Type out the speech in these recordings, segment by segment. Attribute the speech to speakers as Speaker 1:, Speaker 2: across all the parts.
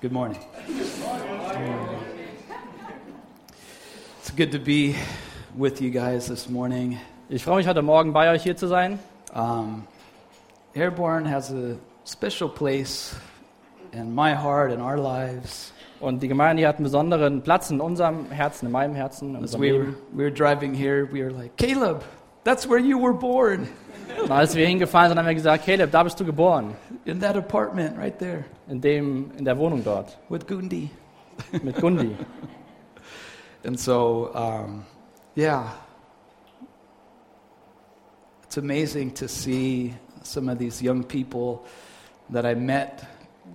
Speaker 1: Good morning. It's good to be with you guys this morning.
Speaker 2: Ich freue mich heute Morgen bei euch hier zu sein.
Speaker 1: Um, Airborne has a special place in my heart and our lives.
Speaker 2: Und die Gemeinde hier hat einen besonderen Platz in unserem Herzen, in meinem Herzen. In
Speaker 1: As
Speaker 2: unserem
Speaker 1: we were,
Speaker 2: Leben.
Speaker 1: we were driving here, we were like, Caleb, that's where you were born,
Speaker 2: Und als wir hingefahren sind, haben wir gesagt, Caleb, da bist du geboren.
Speaker 1: in that apartment right there
Speaker 2: In, dem, in der Wohnung dort,
Speaker 1: with Gundi.
Speaker 2: mit Gundi.
Speaker 1: And so, um, yeah, it's amazing to see some of these young people that I met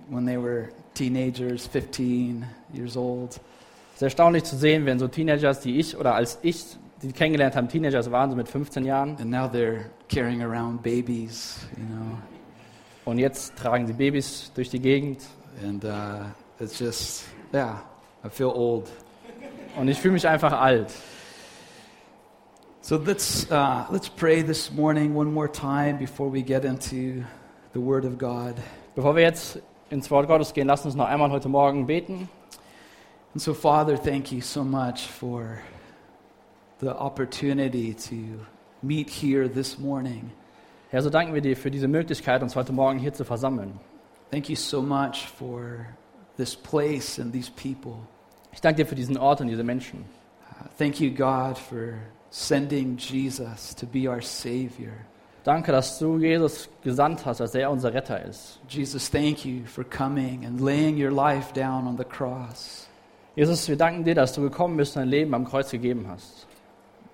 Speaker 1: when they were teenagers, 15 years old.
Speaker 2: Es ist erstaunlich zu sehen, wenn so Teenagers, die ich oder als ich die kennengelernt haben, Teenagers waren, so mit 15 Jahren.
Speaker 1: And now they're carrying around babies, you know.
Speaker 2: Und jetzt tragen sie Babys durch die Gegend.
Speaker 1: And uh, it's just, yeah, I feel old.
Speaker 2: Und ich fühle mich einfach alt.
Speaker 1: So let's, uh, let's pray this morning one more time before we get into the Word of God.
Speaker 2: Bevor wir jetzt ins Wort Gottes gehen, lasst uns noch einmal heute Morgen beten.
Speaker 1: And so, Father, thank you so much for the opportunity to meet here this morning.
Speaker 2: Herr, so danken wir dir für diese Möglichkeit, uns heute Morgen hier zu versammeln.
Speaker 1: Thank you so much for this place and these people.
Speaker 2: Ich danke dir für diesen Ort und diese Menschen.
Speaker 1: Uh, thank you, God, for sending Jesus to be our Savior.
Speaker 2: Danke, dass du Jesus gesandt hast, dass er unser Retter ist.
Speaker 1: Jesus, thank you for coming and laying your life down on the cross.
Speaker 2: Jesus, wir danken dir, dass du gekommen bist und dein Leben am Kreuz gegeben hast.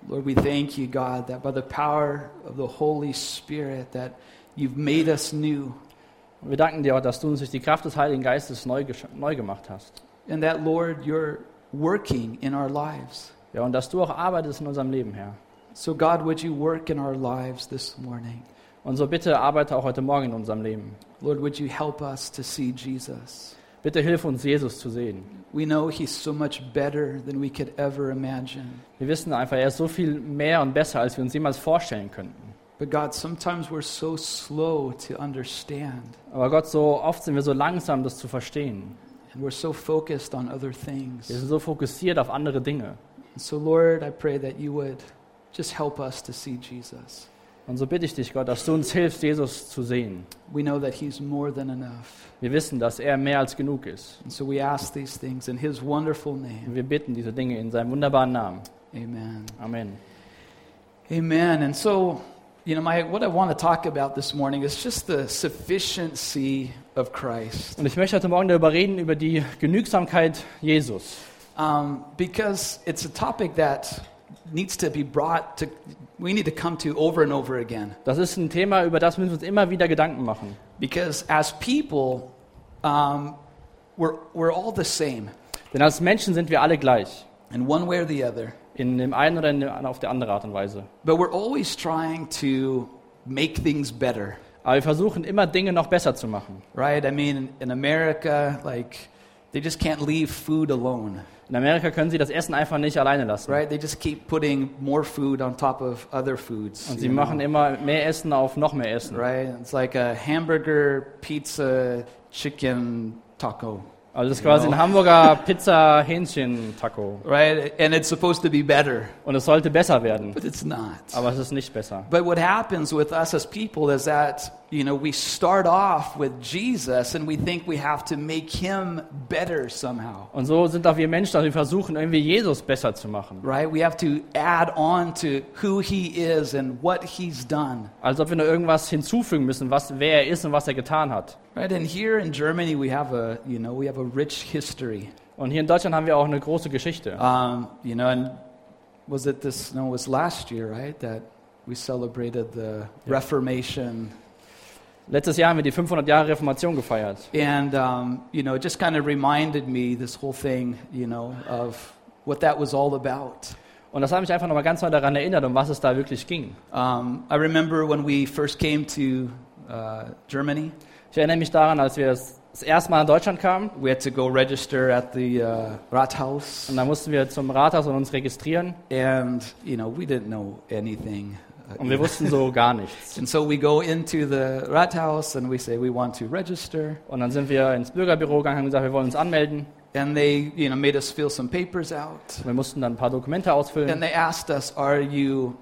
Speaker 1: Lord, we thank you, God, that by the power of the Holy Spirit that you've made us new.
Speaker 2: Und wir danken dir, dass du uns durch die Kraft des Heiligen Geistes neu, gesch- neu gemacht hast.
Speaker 1: And that, Lord, you're working in our lives.
Speaker 2: Ja, und dass du auch arbeitest in unserem Leben, Herr.
Speaker 1: So, God, would you work in our lives this morning?
Speaker 2: Und so bitte arbeite auch heute Morgen in unserem Leben.
Speaker 1: Lord, would you help us to see Jesus?
Speaker 2: Bitte hilf uns, Jesus zu sehen.
Speaker 1: We know he's so much better than we could ever imagine.
Speaker 2: Wir wissen einfach, er ist so viel mehr und besser, als wir uns jemals vorstellen könnten.
Speaker 1: But, God, sometimes we're so slow to understand,
Speaker 2: Aber Gott, so oft sind wir so langsam, das zu verstehen.
Speaker 1: and we're so focused on other
Speaker 2: Wir
Speaker 1: things.
Speaker 2: sind so fokussiert auf andere Dinge.
Speaker 1: And so, Lord, I pray that you would just help us to see Jesus.
Speaker 2: Und so bitte ich dich, Gott, dass du uns hilfst, Jesus zu sehen.
Speaker 1: We know that he's more than enough.
Speaker 2: Wir wissen, dass er mehr als genug ist.
Speaker 1: And so, we ask these things in his wonderful
Speaker 2: Und
Speaker 1: name.
Speaker 2: wir bitten diese Dinge in seinem wunderbaren Namen.
Speaker 1: Amen.
Speaker 2: Amen.
Speaker 1: Amen. And so, you know, my, what I want to talk about this morning is just the sufficiency of Christ.
Speaker 2: Und ich möchte heute Morgen darüber reden, über die Genügsamkeit Jesus.
Speaker 1: Um, because it's a topic that needs to be brought to, we need to come to over and over again.
Speaker 2: Das ist ein Thema, über das müssen wir uns immer wieder Gedanken machen.
Speaker 1: Because as people, um, we're, we're all the same
Speaker 2: Denn als Menschen sind wir alle gleich.
Speaker 1: in one way or the other.
Speaker 2: In dem einen oder in dem, anderen- auf der anderen Art und Weise.
Speaker 1: But we're always trying to make things better.
Speaker 2: Aber wir versuchen immer, Dinge noch besser zu machen.
Speaker 1: Right? I mean, in America, like, they just can't leave food alone.
Speaker 2: In Amerika können sie das Essen einfach nicht alleine lassen.
Speaker 1: Right? They just keep putting more food on top of other foods.
Speaker 2: Und
Speaker 1: you
Speaker 2: sie
Speaker 1: know,
Speaker 2: machen immer mehr Essen auf noch mehr Essen.
Speaker 1: right? It's like a hamburger, pizza, chicken, taco.
Speaker 2: Also das ist quasi
Speaker 1: Genau.
Speaker 2: ein Hamburger Pizza Hähnchen Taco.
Speaker 1: Right? And it's supposed to be better,
Speaker 2: Und es sollte besser werden,
Speaker 1: but it's not.
Speaker 2: aber es ist nicht besser.
Speaker 1: But what happens with us as people is that, you know, we start off with Jesus and we think we have to make him better somehow.
Speaker 2: Und so sind auch wir Menschen, dass wir versuchen, irgendwie Jesus besser zu machen.
Speaker 1: Right? We have to add on to who he is and what he's done.
Speaker 2: Als ob wir nur irgendwas hinzufügen müssen, was, wer er ist und was er getan hat.
Speaker 1: Right? And here in Germany we have a, you know, we have a rich history.
Speaker 2: Und hier in Deutschland haben wir auch eine große Geschichte.
Speaker 1: Um, you know, and was it this? No, it was last year, right? That we celebrated the Reformation,
Speaker 2: Letztes Jahr haben wir die 500 Jahre Reformation gefeiert.
Speaker 1: and um, you know, it just kind of reminded me this whole thing, you know, of what that was all about.
Speaker 2: Und das hat mich einfach nochmal ganz neu daran erinnert, um was es da wirklich ging.
Speaker 1: Um, I remember when we first came to uh, Germany,
Speaker 2: Ich erinnere mich daran, als wir das, das erste Mal in Deutschland kamen.
Speaker 1: we had to go register at the uh,
Speaker 2: Und
Speaker 1: Rathaus,
Speaker 2: dann mussten wir zum Rathaus und uns registrieren.
Speaker 1: and you know, we didn't know anything uh,
Speaker 2: Und wir wussten so gar nichts.
Speaker 1: And so we go into the Rathaus and we say we want to register.
Speaker 2: Und dann sind wir ins Bürgerbüro gegangen und gesagt, wir wollen uns anmelden.
Speaker 1: And they, you know, made us fill some papers out.
Speaker 2: Wir mussten dann ein paar Dokumente ausfüllen.
Speaker 1: And they asked us, are you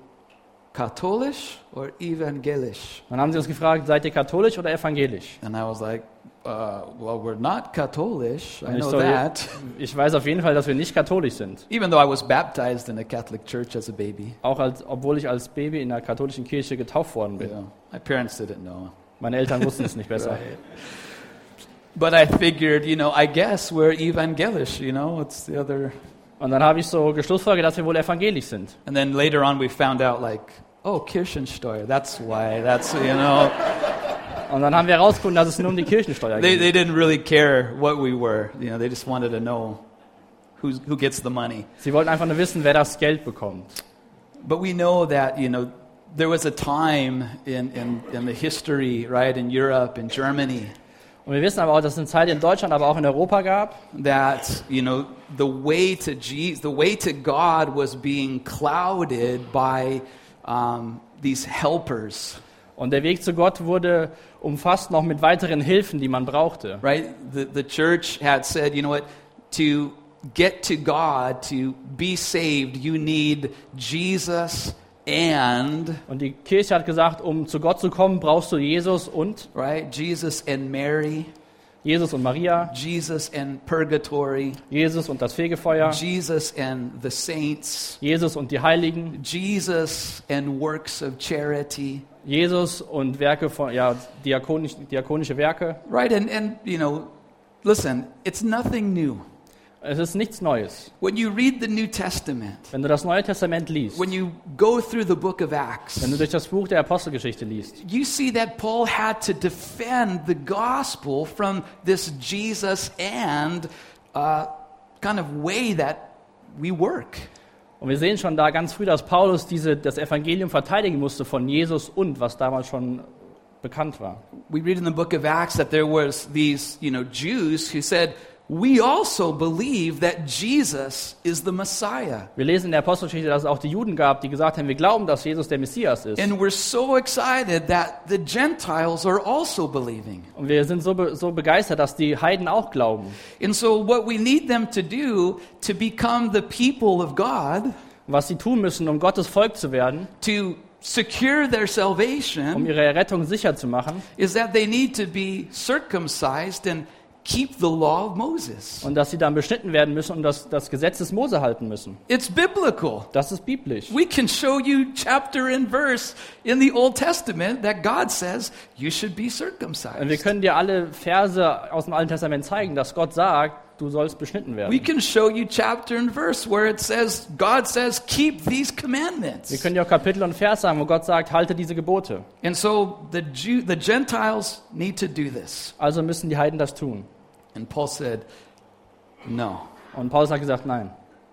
Speaker 1: Katholisch or Evangelisch?
Speaker 2: Dann haben sie uns gefragt, seid ihr katholisch oder evangelisch?
Speaker 1: And I was like, uh, well, we're not Katholisch. I
Speaker 2: And
Speaker 1: know
Speaker 2: so you-
Speaker 1: that.
Speaker 2: Ich weiß auf jeden Fall, dass wir nicht katholisch sind.
Speaker 1: Even though I was baptized in a Catholic church as a baby.
Speaker 2: Auch als, obwohl ich als Baby in der katholischen Kirche getauft worden bin.
Speaker 1: Yeah. My parents didn't know.
Speaker 2: Meine Eltern wussten es nicht besser.
Speaker 1: But I figured, you know, I guess we're Evangelisch, you know, it's the other.
Speaker 2: Und dann habe ich so geschlussfolgert, dass wir wohl evangelisch sind.
Speaker 1: And then later on we found out, like, oh, Kirchensteuer, that's why, that's, you know.
Speaker 2: Und dann haben wir herausgefunden, dass es nur um die Kirchensteuer
Speaker 1: They,
Speaker 2: geht.
Speaker 1: they didn't really care what we were. You know, they just wanted to know who's, who gets the money.
Speaker 2: Sie wollten einfach nur wissen, wer das Geld bekommt.
Speaker 1: But we know that, you know, there was a time in, in, in the history, right, in Europe, in Germany,
Speaker 2: Und wir wissen aber auch, dass es eine Zeit in Deutschland, aber auch in Europa gab,
Speaker 1: that, you know, the way to, Jesus, the way to God was being clouded by um, these helpers,
Speaker 2: Und der Weg zu Gott wurde umfasst noch mit weiteren Hilfen, die man brauchte.
Speaker 1: right? The, the church had said, you know what, to get to God, to be saved, you need Jesus and
Speaker 2: Und die Kirche hat gesagt, um zu Gott zu kommen, brauchst du Jesus und
Speaker 1: right? Jesus and Mary,
Speaker 2: Jesus und Maria,
Speaker 1: Jesus and purgatory,
Speaker 2: Jesus und das Fegefeuer,
Speaker 1: Jesus and the saints,
Speaker 2: Jesus und die Heiligen,
Speaker 1: Jesus and works of charity,
Speaker 2: Jesus und Werke von ja diakonisch, diakonische Werke.
Speaker 1: right? And and you know, listen, it's nothing new.
Speaker 2: Es ist nichts Neues.
Speaker 1: When you read the New Testament,
Speaker 2: Wenn du das Neue Testament liest,
Speaker 1: when you go through the book of Acts,
Speaker 2: wenn du durch das Buch der Apostelgeschichte liest,
Speaker 1: you see that Paul had to defend the gospel from this Jesus and uh, kind of way that we work.
Speaker 2: und wir sehen schon da ganz früh, dass Paulus diese das Evangelium verteidigen musste von Jesus und was damals schon bekannt war.
Speaker 1: we read in the book of acts that there was these you know jews who said we also believe that jesus is the messiah
Speaker 2: Wir lesen in der Apostelgeschichte, dass es auch die Juden gab, die gesagt haben, wir glauben, dass Jesus der Messias ist.
Speaker 1: and we're so excited that the gentiles are also believing
Speaker 2: Und wir sind so, be so begeistert, dass die Heiden auch glauben.
Speaker 1: and so what we need them to do to become the people of god
Speaker 2: Und was sie tun müssen, um Gottes Volk zu werden,
Speaker 1: to secure their
Speaker 2: um
Speaker 1: salvation
Speaker 2: ihre Errettung sicher zu machen,
Speaker 1: is that they need to be circumcised and keep the law of moses
Speaker 2: und dass sie dann beschnitten werden müssen und das, das Gesetz des Mose halten müssen.
Speaker 1: it's biblical
Speaker 2: Das ist biblisch.
Speaker 1: We can show you chapter and verse in the Old Testament that God says you should be
Speaker 2: Und wir
Speaker 1: circumcised.
Speaker 2: können dir alle Verse aus dem Alten Testament zeigen, dass Gott sagt, du sollst beschnitten
Speaker 1: We
Speaker 2: werden.
Speaker 1: can show you chapter and verse where it says God says keep these
Speaker 2: Wir
Speaker 1: commandments.
Speaker 2: können dir auch Kapitel und Vers sagen, wo Gott sagt, halte diese Gebote.
Speaker 1: And so the Jew, the Gentiles need to do this.
Speaker 2: Also müssen die Heiden das tun.
Speaker 1: And Paul said, "No.
Speaker 2: Und Paulus hat gesagt, nein,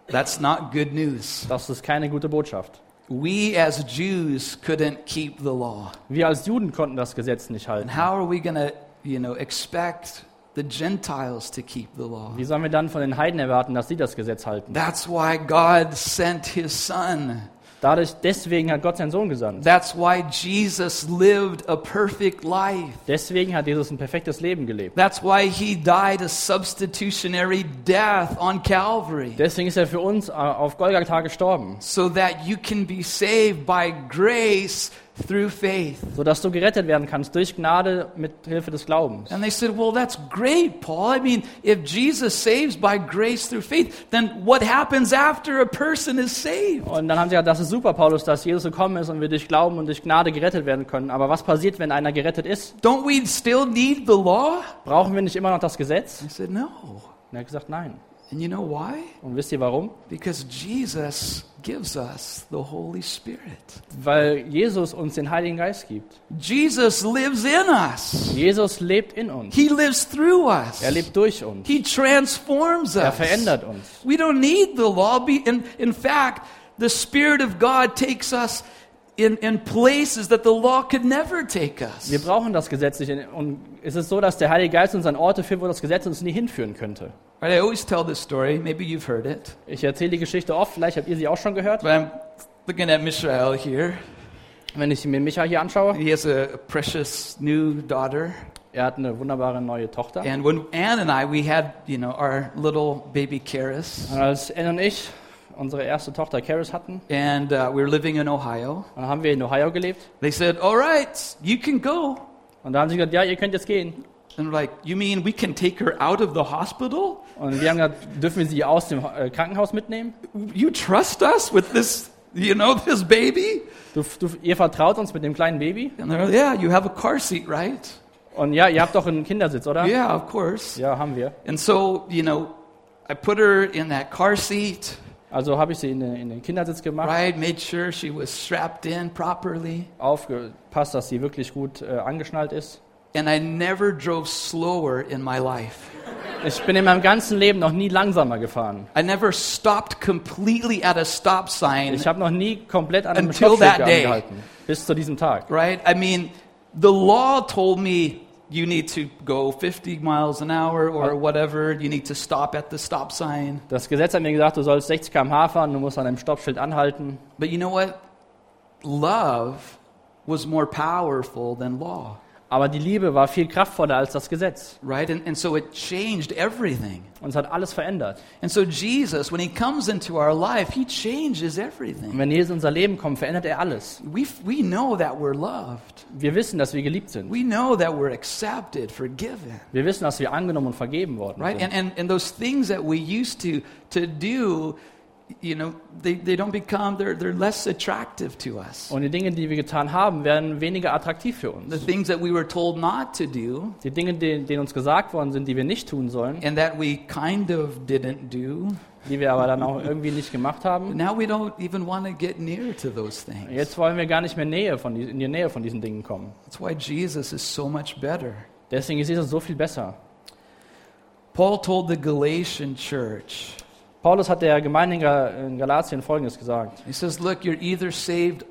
Speaker 1: That's not good news.
Speaker 2: das ist keine gute Botschaft.
Speaker 1: We as Jews couldn't keep the law.
Speaker 2: Wir als Juden konnten das Gesetz nicht
Speaker 1: And
Speaker 2: halten.
Speaker 1: how are we going to, you know, expect the Gentiles to keep the law?"
Speaker 2: Wie sollen wir dann von den Heiden erwarten, dass sie das Gesetz halten?
Speaker 1: That's why God sent his son.
Speaker 2: Dadurch, deswegen hat Gott seinen Sohn gesandt.
Speaker 1: That's why Jesus lived a perfect life.
Speaker 2: Deswegen hat Jesus ein perfektes Leben gelebt.
Speaker 1: That's why he died a substitutionary death on Calvary.
Speaker 2: Deswegen ist er für uns äh, auf Golgatha gestorben,
Speaker 1: So that you can be saved by grace through faith.
Speaker 2: sodass du gerettet werden kannst durch Gnade mit Hilfe des Glaubens.
Speaker 1: And they said, Well, that's great, Paul. I mean, if Jesus saves by grace through faith, then what happens after a person is saved?
Speaker 2: Und dann haben sie gesagt, das ist super, Paulus, dass Jesus gekommen ist und wir durch Glauben und durch Gnade gerettet werden können. Aber was passiert, wenn einer gerettet ist?
Speaker 1: Don't we still need the law?
Speaker 2: Brauchen wir nicht immer noch das Gesetz?
Speaker 1: I said, No.
Speaker 2: Und er hat gesagt, nein.
Speaker 1: And you know why?
Speaker 2: Und wisst ihr warum?
Speaker 1: Because Jesus gives us the Holy Spirit.
Speaker 2: Weil Jesus uns den Heiligen Geist gibt.
Speaker 1: Jesus lives in us.
Speaker 2: Jesus lebt in uns.
Speaker 1: He lives through us.
Speaker 2: Er lebt durch uns.
Speaker 1: He transforms
Speaker 2: Er
Speaker 1: us.
Speaker 2: verändert uns.
Speaker 1: We don't need the law. Be- In, in fact, the Spirit of God takes us in, in places that the law could never take us.
Speaker 2: Wir brauchen das Gesetz nicht. Und es ist so, dass der Heilige Geist uns an Orte führt, wo das Gesetz uns nie hinführen könnte.
Speaker 1: Right, I always tell this story. Maybe you've heard it.
Speaker 2: Ich erzähle die Geschichte oft, vielleicht habt ihr sie auch schon gehört.
Speaker 1: But I'm looking at Mishael here.
Speaker 2: Wenn ich mir Micha hier anschaue,
Speaker 1: He has a precious new daughter.
Speaker 2: er hat eine wunderbare neue Tochter.
Speaker 1: And when Ann and I, we had, you know, our little baby Karis.
Speaker 2: Und als Anne und ich unsere erste Tochter Karis hatten,
Speaker 1: And uh, we were living in Ohio.
Speaker 2: dann haben wir in Ohio gelebt.
Speaker 1: They said, all right, you can go.
Speaker 2: Und da haben sie gesagt, ja, ihr könnt jetzt gehen.
Speaker 1: And we're like, you mean we can take her out of the hospital?
Speaker 2: Und wir haben gesagt, dürfen wir sie aus dem äh, Krankenhaus mitnehmen?
Speaker 1: You trust us with this, you know, this baby?
Speaker 2: Du, du, ihr vertraut uns mit dem kleinen Baby?
Speaker 1: And they're like, yeah, you have a car seat, right?
Speaker 2: Und ja, ihr habt doch einen Kindersitz, oder?
Speaker 1: Yeah, of course.
Speaker 2: Ja, haben wir.
Speaker 1: And so, you know, I put her in that car seat,
Speaker 2: Also habe ich sie in den, in den Kindersitz gemacht,
Speaker 1: right? Made sure she was strapped in properly.
Speaker 2: aufgepasst, dass sie wirklich gut äh, angeschnallt ist.
Speaker 1: And I never drove slower in my life.
Speaker 2: Ich bin in meinem ganzen Leben noch nie langsamer gefahren.
Speaker 1: I never stopped completely at a stop sign,
Speaker 2: Ich habe noch nie komplett an einem
Speaker 1: Until
Speaker 2: Stoppschild
Speaker 1: that day.
Speaker 2: angehalten. Bis zu diesem Tag.
Speaker 1: right? I mean, the law told me you need to go 50 miles an hour or whatever, you need to stop at the stop sign.
Speaker 2: Das Gesetz hat mir gesagt, du sollst 60 km/h fahren, du musst an einem Stoppschild anhalten.
Speaker 1: But you know what? Love was more powerful than law,
Speaker 2: Aber die Liebe war viel kraftvoller als das Gesetz.
Speaker 1: right? And, and so it changed everything.
Speaker 2: Und es hat alles verändert.
Speaker 1: And so Jesus, when he comes into our life, he changes
Speaker 2: Und
Speaker 1: everything.
Speaker 2: wenn Jesus in unser Leben kommt, verändert er alles.
Speaker 1: We, f- we know that we're loved.
Speaker 2: Wir wissen, dass wir geliebt sind.
Speaker 1: We know that we're accepted, forgiven,
Speaker 2: Wir wissen, dass wir angenommen und vergeben worden
Speaker 1: right? And,
Speaker 2: sind.
Speaker 1: and, and those things that we used to, to do, you know, they, they don't become, they're, they're less attractive to us.
Speaker 2: Und die Dinge, die wir getan haben, werden weniger attraktiv für
Speaker 1: The
Speaker 2: uns.
Speaker 1: things that we were told not to do
Speaker 2: Die Dinge, die, denen uns gesagt worden sind, die wir nicht tun sollen,
Speaker 1: and that we kind of didn't do,
Speaker 2: die wir aber dann auch irgendwie nicht gemacht haben,
Speaker 1: now we don't even want to get near to those things.
Speaker 2: jetzt wollen wir gar nicht mehr Nähe von, die- in die Nähe von diesen Dingen kommen.
Speaker 1: That's why Jesus is so much better.
Speaker 2: Deswegen ist Jesus so viel besser.
Speaker 1: Paul told the Galatian church,
Speaker 2: Paulus hat der Gemeinde in Ga- in Galatien Folgendes gesagt.
Speaker 1: He says, Look, you're either saved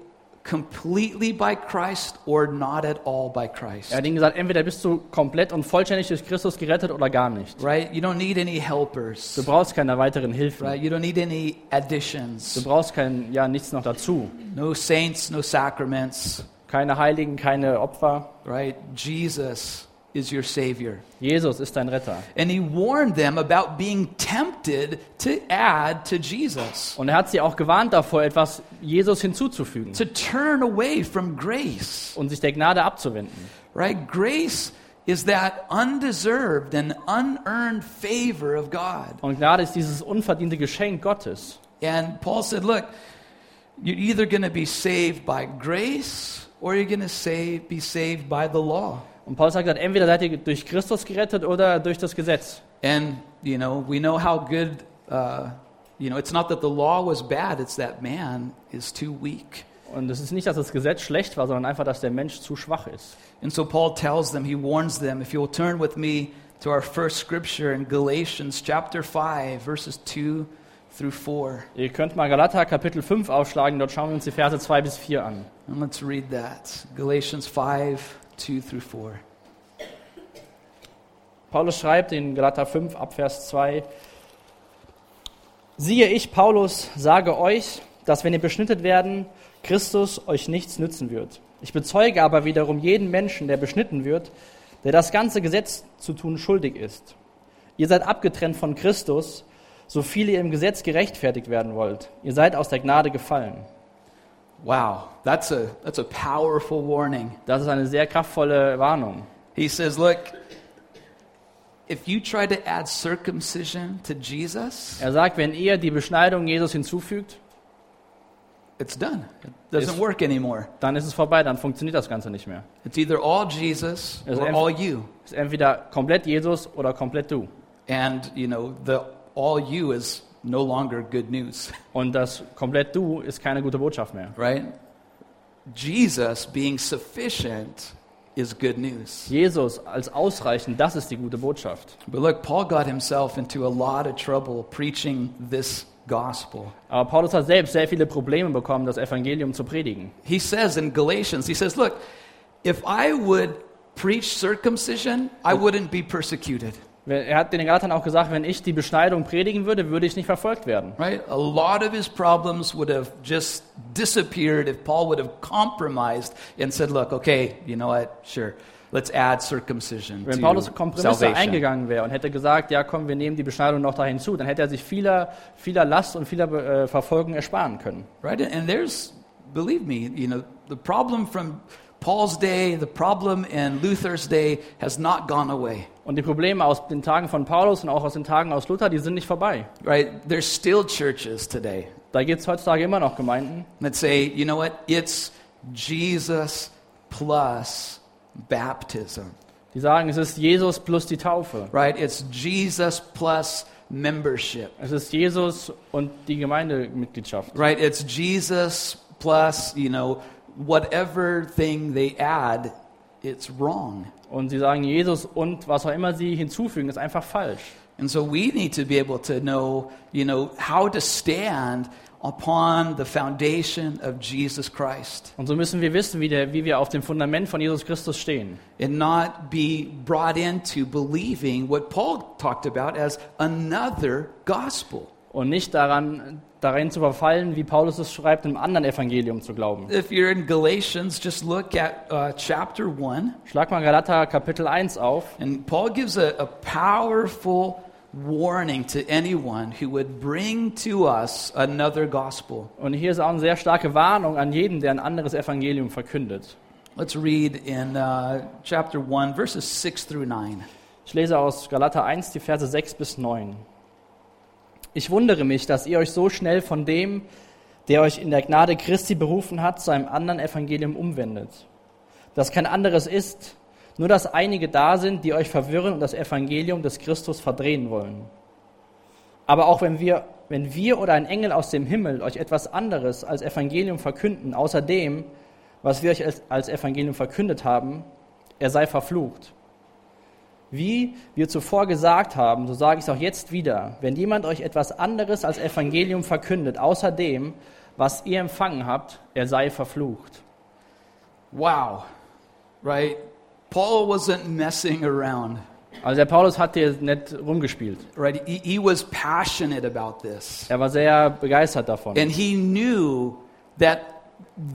Speaker 1: completely by Christ or not at all by Christ.
Speaker 2: Er hat ihnen gesagt, entweder bist du komplett und vollständig durch Christus gerettet oder gar nicht.
Speaker 1: Right? You don't need any
Speaker 2: Du
Speaker 1: helpers.
Speaker 2: brauchst keine weiteren Hilfen.
Speaker 1: Right? You don't need any
Speaker 2: Du
Speaker 1: additions.
Speaker 2: brauchst kein, ja, nichts noch dazu.
Speaker 1: No saints, no sacraments.
Speaker 2: Keine Heiligen, keine Opfer.
Speaker 1: Right? Jesus is your Savior.
Speaker 2: Jesus ist dein Retter.
Speaker 1: And he warned them about being tempted to add to Jesus,
Speaker 2: Und er hat sie auch gewarnt davor, etwas Jesus hinzuzufügen
Speaker 1: to turn away from grace.
Speaker 2: und sich der Gnade abzuwenden.
Speaker 1: Right? Grace is that undeserved and unearned favor of God.
Speaker 2: Und Gnade ist dieses unverdiente Geschenk Gottes.
Speaker 1: And Paul said, Look, you're either going to be saved by grace or you're going to save, be saved by the law.
Speaker 2: Und Paulus hat gesagt, entweder seid ihr durch Christus gerettet oder durch das Gesetz.
Speaker 1: And, you know, we know how good, uh, you know, it's not that the law was bad, it's that man is too weak.
Speaker 2: Und es ist nicht, dass das Gesetz schlecht war, sondern einfach, dass der Mensch zu schwach ist.
Speaker 1: And so Paul tells them, he warns them, if you'll turn with me to our first scripture in Galatians chapter 5, verses 2 through 4.
Speaker 2: Ihr könnt mal Galater Kapitel 5 aufschlagen, dort schauen wir uns die Verse 2 bis 4 an.
Speaker 1: And let's read that. Galatians 5, 2 through 4.
Speaker 2: Paulus schreibt in Galater 5 ab Vers 2, Siehe ich, Paulus, sage euch, dass wenn ihr beschnittet werden, Christus euch nichts nützen wird. Ich bezeuge aber wiederum jeden Menschen, der beschnitten wird, der das ganze Gesetz zu tun schuldig ist. Ihr seid abgetrennt von Christus, so viele ihr im Gesetz gerechtfertigt werden wollt. Ihr seid aus der Gnade gefallen.
Speaker 1: Wow, that's a, that's a powerful warning.
Speaker 2: Das ist eine sehr kraftvolle Warnung.
Speaker 1: He says, Look, if you try to add circumcision to Jesus,
Speaker 2: Er sagt, wenn ihr die Beschneidung Jesus hinzufügt,
Speaker 1: it's done. It doesn't
Speaker 2: It's-
Speaker 1: work anymore.
Speaker 2: dann ist es vorbei, dann funktioniert das Ganze nicht mehr.
Speaker 1: It's either all Jesus
Speaker 2: It's
Speaker 1: or
Speaker 2: em-
Speaker 1: all you.
Speaker 2: ist entweder komplett Jesus oder komplett du.
Speaker 1: And, you know, the all you is no longer good news,
Speaker 2: Und das komplett du ist keine gute Botschaft mehr.
Speaker 1: right? Jesus being sufficient is good news.
Speaker 2: Jesus als ausreichend, das ist die gute Botschaft.
Speaker 1: But look, Paul got himself into a lot of trouble preaching this gospel.
Speaker 2: Aber Paulus hat selbst sehr viele Probleme bekommen, das Evangelium zu predigen.
Speaker 1: He says in Galatians, he says, Look, if I would preach circumcision, I wouldn't be persecuted.
Speaker 2: Er hat den Galatern auch gesagt, wenn ich die Beschneidung predigen würde, würde ich nicht verfolgt werden.
Speaker 1: right? A lot of his problems would have just disappeared if Paul would have compromised and said, look, okay, you know what? Sure. Let's add circumcision
Speaker 2: Wenn
Speaker 1: to
Speaker 2: Paulus Kompromisse
Speaker 1: salvation.
Speaker 2: eingegangen wäre und hätte gesagt, ja komm, wir nehmen die Beschneidung noch da hinzu, dann hätte er sich vieler, vieler Last und vieler äh, Verfolgung ersparen können.
Speaker 1: Right? And there's, believe me, you know, the problem from Paul's day, the problem in Luther's day has not gone away.
Speaker 2: Und die Probleme aus den Tagen von Paulus und auch aus den Tagen aus Luther, die sind nicht vorbei.
Speaker 1: Right? There's still churches today
Speaker 2: Da gibt es heutzutage immer noch Gemeinden,
Speaker 1: that say, you know what? It's Jesus plus baptism.
Speaker 2: die sagen, es ist Jesus plus die Taufe.
Speaker 1: Right? It's Jesus plus membership.
Speaker 2: Es ist Jesus und die Gemeindemitgliedschaft.
Speaker 1: Right? It's Jesus plus, you know, whatever thing they add, it's wrong.
Speaker 2: Und sie sagen, Jesus und was auch immer sie hinzufügen, ist einfach falsch.
Speaker 1: And so we need to be able to know, you know, how to stand upon the foundation of Jesus Christ
Speaker 2: Und so müssen wir wissen, wie, der, wie wir auf dem Fundament von Jesus Christus stehen.
Speaker 1: and not be brought into believing what Paul talked about as another gospel.
Speaker 2: Und nicht daran, darin zu verfallen, wie Paulus es schreibt, einem anderen Evangelium zu glauben.
Speaker 1: If you're in Galatians, just look at uh, chapter 1.
Speaker 2: Schlag mal Galater Kapitel 1 auf.
Speaker 1: And Paul gives a, a powerful warning to anyone who would bring to us another gospel.
Speaker 2: Und hier ist auch eine sehr starke Warnung an jeden, der ein anderes Evangelium verkündet.
Speaker 1: Let's read in uh, chapter 1, verses 6 through 9.
Speaker 2: Ich lese aus Galater 1 die Verse 6 bis 9. Ich wundere mich, dass ihr euch so schnell von dem, der euch in der Gnade Christi berufen hat, zu einem anderen Evangelium umwendet. Das kein anderes ist, nur dass einige da sind, die euch verwirren und das Evangelium des Christus verdrehen wollen. Aber auch wenn wir, wenn wir oder ein Engel aus dem Himmel euch etwas anderes als Evangelium verkünden, außer dem, was wir euch als, als Evangelium verkündet haben, er sei verflucht. Wie wir zuvor gesagt haben, so sage ich es auch jetzt wieder, wenn jemand euch etwas anderes als Evangelium verkündet, außer dem, was ihr empfangen habt, er sei verflucht.
Speaker 1: Wow, right? Paul wasn't messing around,
Speaker 2: Also der Paulus hat hier nicht rumgespielt.
Speaker 1: right? He, he was passionate about this.
Speaker 2: Er war sehr begeistert davon.
Speaker 1: And he knew that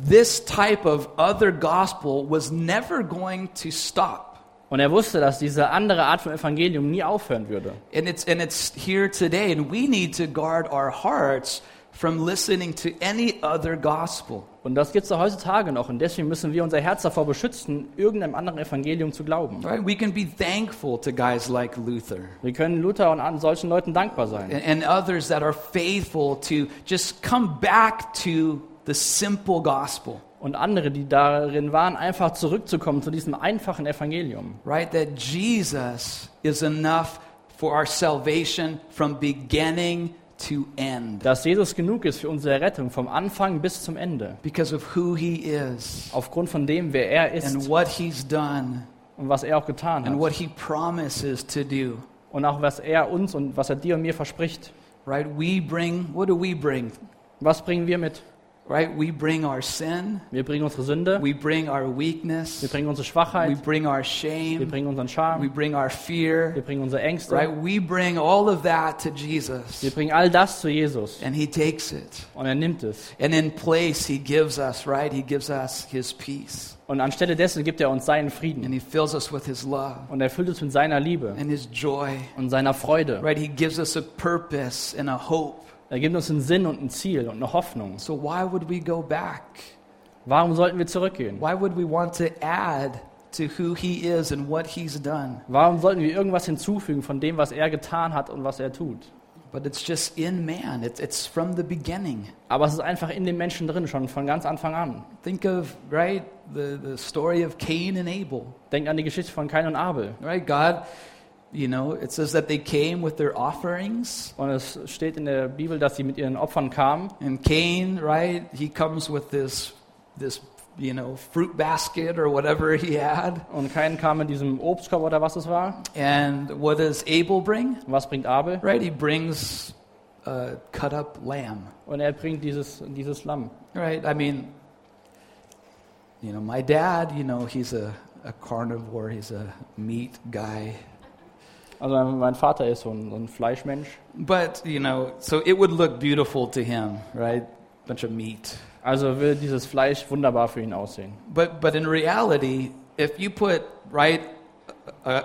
Speaker 1: this type of other gospel was never going to stop.
Speaker 2: Und er wusste, dass diese andere Art von Evangelium nie aufhören würde.
Speaker 1: And it's, and it's here today, and we need to guard our hearts from listening to any other gospel.
Speaker 2: Und das gibt es heutzutage noch. Und deswegen müssen wir unser Herz davor beschützen, irgendeinem anderen Evangelium zu glauben.
Speaker 1: Right? We can be thankful to guys like Luther
Speaker 2: Wir können Luther und an solchen Leuten dankbar sein.
Speaker 1: and, and others that are faithful to just come back to the simple gospel,
Speaker 2: Und andere, die darin waren, einfach zurückzukommen zu diesem einfachen Evangelium.
Speaker 1: right? That Jesus is enough for our salvation from beginning to end
Speaker 2: dass Jesus genug ist für unsere Rettung vom Anfang bis zum Ende.
Speaker 1: because of who he is
Speaker 2: Aufgrund von dem, wer er ist
Speaker 1: and what he's done
Speaker 2: und was er auch getan
Speaker 1: and what
Speaker 2: hat.
Speaker 1: he promises to do.
Speaker 2: Und auch was er uns und was er dir und mir verspricht.
Speaker 1: Right? We bring, what do we bring?
Speaker 2: Was bringen wir mit?
Speaker 1: Right? We bring our sin,
Speaker 2: Wir bringen unsere Sünde,
Speaker 1: we bring our weakness,
Speaker 2: wir bringen unsere
Speaker 1: we
Speaker 2: Schwachheit,
Speaker 1: bring our
Speaker 2: wir
Speaker 1: shame,
Speaker 2: bringen unseren
Speaker 1: we
Speaker 2: Charme,
Speaker 1: bring our
Speaker 2: wir
Speaker 1: fear,
Speaker 2: bringen unsere
Speaker 1: right?
Speaker 2: Ängste.
Speaker 1: We bring all of that to Jesus
Speaker 2: Wir bringen all das zu Jesus
Speaker 1: and he takes it.
Speaker 2: und er nimmt es.
Speaker 1: And in place he gives us, right? He gives us his peace
Speaker 2: Und anstelle dessen gibt er uns seinen
Speaker 1: and
Speaker 2: Frieden
Speaker 1: he fills us with his love
Speaker 2: und er füllt uns mit seiner Liebe
Speaker 1: and his joy.
Speaker 2: und seiner Freude.
Speaker 1: Right? He gives us a purpose and a hope.
Speaker 2: Er gibt uns einen Sinn und ein Ziel und eine Hoffnung.
Speaker 1: So why would we go back?
Speaker 2: Warum sollten wir zurückgehen?
Speaker 1: Why would we want to add to who he is and what he's done?
Speaker 2: Warum sollten wir irgendwas hinzufügen von dem, was er getan hat und was er tut?
Speaker 1: But it's just in man. It's, it's from the beginning.
Speaker 2: Aber es ist einfach in den Menschen drin, schon von ganz Anfang an.
Speaker 1: Think of, right, the, the story of Cain and Abel,
Speaker 2: Denk an die Geschichte von Kain und Abel.
Speaker 1: right? God, you know, it says that they came with their offerings.
Speaker 2: Und es steht in der Bibel, dass sie mit ihren Opfern kamen.
Speaker 1: And Cain, right, he comes with this, this, you know, fruit basket or whatever he had.
Speaker 2: Und Kain kam mit diesem Obstkorb oder was es war.
Speaker 1: And what does Abel bring?
Speaker 2: Und was bringt Abel?
Speaker 1: Right, he brings a cut up lamb,
Speaker 2: Und er bringt dieses, dieses Lamm.
Speaker 1: right? I mean, you know, my dad, you know, he's a, a carnivore, he's a meat guy.
Speaker 2: Also mein- mein Vater ist so ein, so ein Fleischmensch.
Speaker 1: But, you know, so it would look beautiful to him, right? Bunch of meat.
Speaker 2: Also will dieses Fleisch wunderbar für ihn aussehen.
Speaker 1: But, but in reality, if you put, right, a,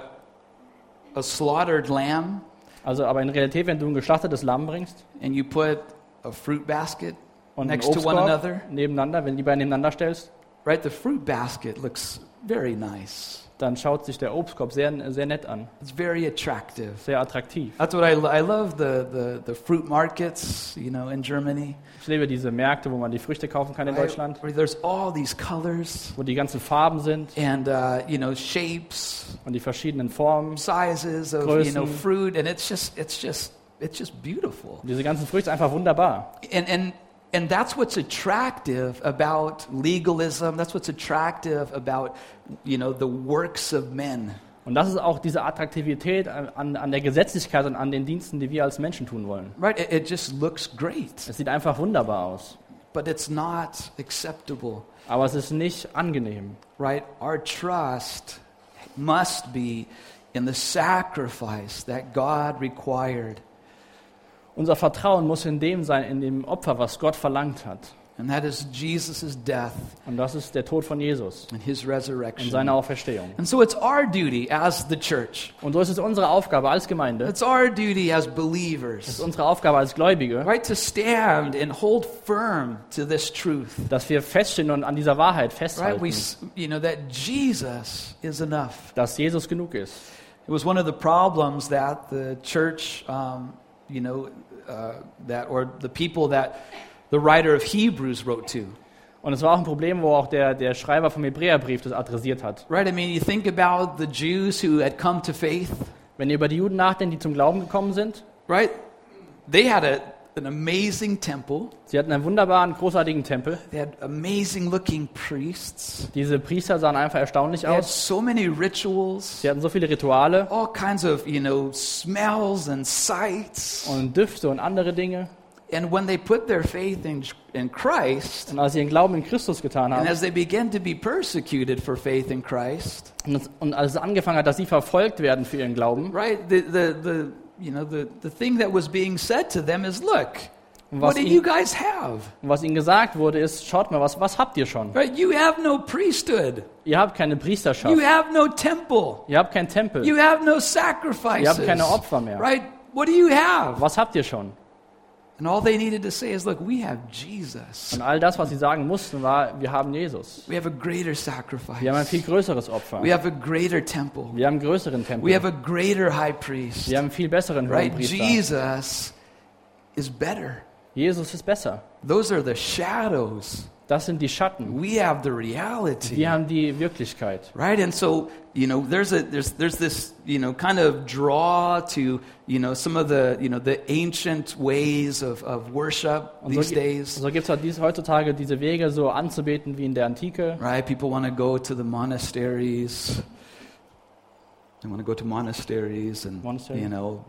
Speaker 1: a slaughtered lamb
Speaker 2: Also, aber in Realität, wenn du ein geschlachtetes Lamm bringst
Speaker 1: and you put a fruit basket
Speaker 2: und
Speaker 1: next
Speaker 2: einen
Speaker 1: to one
Speaker 2: Obstkorb
Speaker 1: another,
Speaker 2: nebeneinander, wenn die beiden nebeneinander stellst,
Speaker 1: right, the fruit basket looks very nice.
Speaker 2: dann schaut sich der Obstkorb sehr, sehr nett an,
Speaker 1: It's very attractive.
Speaker 2: sehr attraktiv.
Speaker 1: That's what I, lo- I love the, the, the fruit markets, you know, in Germany.
Speaker 2: Ich liebe diese Märkte, wo man die Früchte kaufen kann in
Speaker 1: right,
Speaker 2: Deutschland,
Speaker 1: Where there's all these colors
Speaker 2: wo die ganzen Farben sind
Speaker 1: and, uh, you know, shapes,
Speaker 2: und die verschiedenen Formen.
Speaker 1: sizes of, you know,
Speaker 2: Größen.
Speaker 1: fruit. And it's just, it's just, it's just beautiful.
Speaker 2: Diese ganzen Früchte einfach wunderbar.
Speaker 1: And, and, and that's what's attractive about legalism. That's what's attractive about, you know, the works of men.
Speaker 2: Und das ist auch diese Attraktivität an- an, an der Gesetzlichkeit und an den Diensten, die wir als Menschen tun wollen.
Speaker 1: Right? It, it just looks great,
Speaker 2: Es sieht einfach wunderbar aus,
Speaker 1: but it's not acceptable.
Speaker 2: aber es ist nicht angenehm.
Speaker 1: Right? Our trust must be in the sacrifice that God required,
Speaker 2: Unser Vertrauen muss in dem sein, in dem Opfer, was Gott verlangt hat.
Speaker 1: and that is Jesus' death
Speaker 2: Und das ist der Tod von Jesus
Speaker 1: and his
Speaker 2: und
Speaker 1: resurrection.
Speaker 2: seine Auferstehung.
Speaker 1: And so it's our duty as the church,
Speaker 2: Und so ist es unsere Aufgabe als Gemeinde,
Speaker 1: it's our duty as
Speaker 2: es
Speaker 1: believers.
Speaker 2: ist unsere Aufgabe als Gläubige,
Speaker 1: Right to stand and hold firm to this truth.
Speaker 2: dass wir feststehen und an dieser Wahrheit
Speaker 1: Right? We,
Speaker 2: festhalten,
Speaker 1: s- you know, that Jesus is enough.
Speaker 2: dass Jesus genug ist.
Speaker 1: It was one of the problems that the church, um, you know, uh, that or the people that the writer of Hebrews wrote to.
Speaker 2: Und es war auch ein Problem, wo auch der, der Schreiber vom Hebräerbrief das adressiert hat.
Speaker 1: Right? I mean, you think about the Jews who had come to faith.
Speaker 2: Wenn ihr über die Juden nachdenkt, die zum Glauben gekommen sind,
Speaker 1: Right? They had a, an amazing temple.
Speaker 2: sie hatten einen wunderbaren, großartigen Tempel.
Speaker 1: They had amazing-looking priests.
Speaker 2: Diese Priester sahen einfach erstaunlich
Speaker 1: They had
Speaker 2: aus.
Speaker 1: so many rituals.
Speaker 2: Sie hatten so viele Rituale
Speaker 1: All kinds of, you know, smells and sights.
Speaker 2: und Düfte und andere Dinge.
Speaker 1: And when they put their faith in, in Christ,
Speaker 2: Und als sie ihren Glauben in Christus getan
Speaker 1: and
Speaker 2: haben
Speaker 1: as they began to be persecuted for faith in Christ,
Speaker 2: und, es- und als es angefangen hat, dass sie verfolgt werden für ihren Glauben,
Speaker 1: right, the, the, the, you know, the, the thing that was being said to them is, look,
Speaker 2: und
Speaker 1: what
Speaker 2: was,
Speaker 1: do you
Speaker 2: ihnen,
Speaker 1: guys have?
Speaker 2: und was ihnen gesagt wurde, ist, schaut mal, was, was habt ihr schon?
Speaker 1: Right? You have no priesthood.
Speaker 2: Ihr habt keine
Speaker 1: You
Speaker 2: Priesterschaft,
Speaker 1: have no temple.
Speaker 2: ihr habt keinen Tempel,
Speaker 1: You have no sacrifices.
Speaker 2: ihr habt keine Opfer mehr.
Speaker 1: Right? What do you have?
Speaker 2: Was habt ihr schon?
Speaker 1: And all they needed to say is, look, we have Jesus.
Speaker 2: Und all das, was sie sagen mussten, war, wir haben Jesus.
Speaker 1: We have a greater sacrifice.
Speaker 2: Wir haben ein viel größeres Opfer.
Speaker 1: We have a greater temple.
Speaker 2: Wir haben einen größeren
Speaker 1: We have
Speaker 2: Tempel.
Speaker 1: a greater high priest.
Speaker 2: Wir haben einen viel besseren
Speaker 1: Right?
Speaker 2: Hohenpriester.
Speaker 1: Jesus is better.
Speaker 2: Jesus ist besser.
Speaker 1: Those are the shadows.
Speaker 2: Das sind die Schatten.
Speaker 1: We have the reality.
Speaker 2: Wir haben die Wirklichkeit.
Speaker 1: Right? And so, you know, there's a there's there's this, you know, kind of draw to, you know, some of the, you know, the ancient ways of, of worship
Speaker 2: Und so,
Speaker 1: these
Speaker 2: gi-
Speaker 1: days.
Speaker 2: so gibt es dies, heutzutage diese Wege, so anzubeten wie in der Antike.
Speaker 1: Right? People want to go to the monasteries. They want to go to monasteries and
Speaker 2: Monastery.
Speaker 1: you know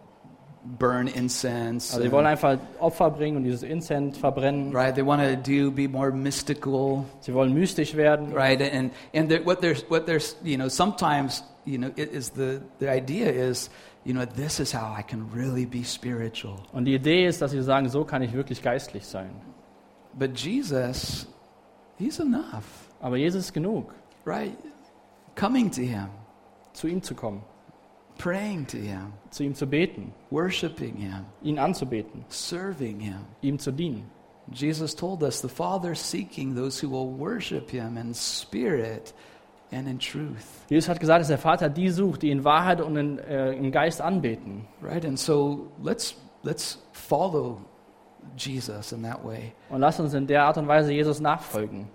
Speaker 1: burn incense.
Speaker 2: Also die
Speaker 1: and-
Speaker 2: wollen einfach Opfer bringen und dieses Incense verbrennen.
Speaker 1: right? They want to do be more mystical,
Speaker 2: Sie wollen mystisch werden.
Speaker 1: right? And and they're, what there's what there's you know sometimes you know it is the the idea is you know this is how I can really be spiritual.
Speaker 2: Und die Idee ist, dass sie sagen, so kann ich wirklich geistlich sein.
Speaker 1: But Jesus, he's enough,
Speaker 2: Aber Jesus ist genug,
Speaker 1: right? Coming to him,
Speaker 2: zu ihm zu kommen,
Speaker 1: praying to him,
Speaker 2: zu ihm zu beten,
Speaker 1: worshiping him,
Speaker 2: ihn anzubeten,
Speaker 1: serving him.
Speaker 2: ihm zu dienen.
Speaker 1: Jesus told us the Father is seeking those who will worship him in spirit and in truth.
Speaker 2: Jesus hat gesagt, dass der Vater die sucht, die in Wahrheit und in, äh, im Geist anbeten.
Speaker 1: Right? And so let's let's follow Jesus in that way.
Speaker 2: Und lasst uns in der Art und Weise Jesus nachfolgen.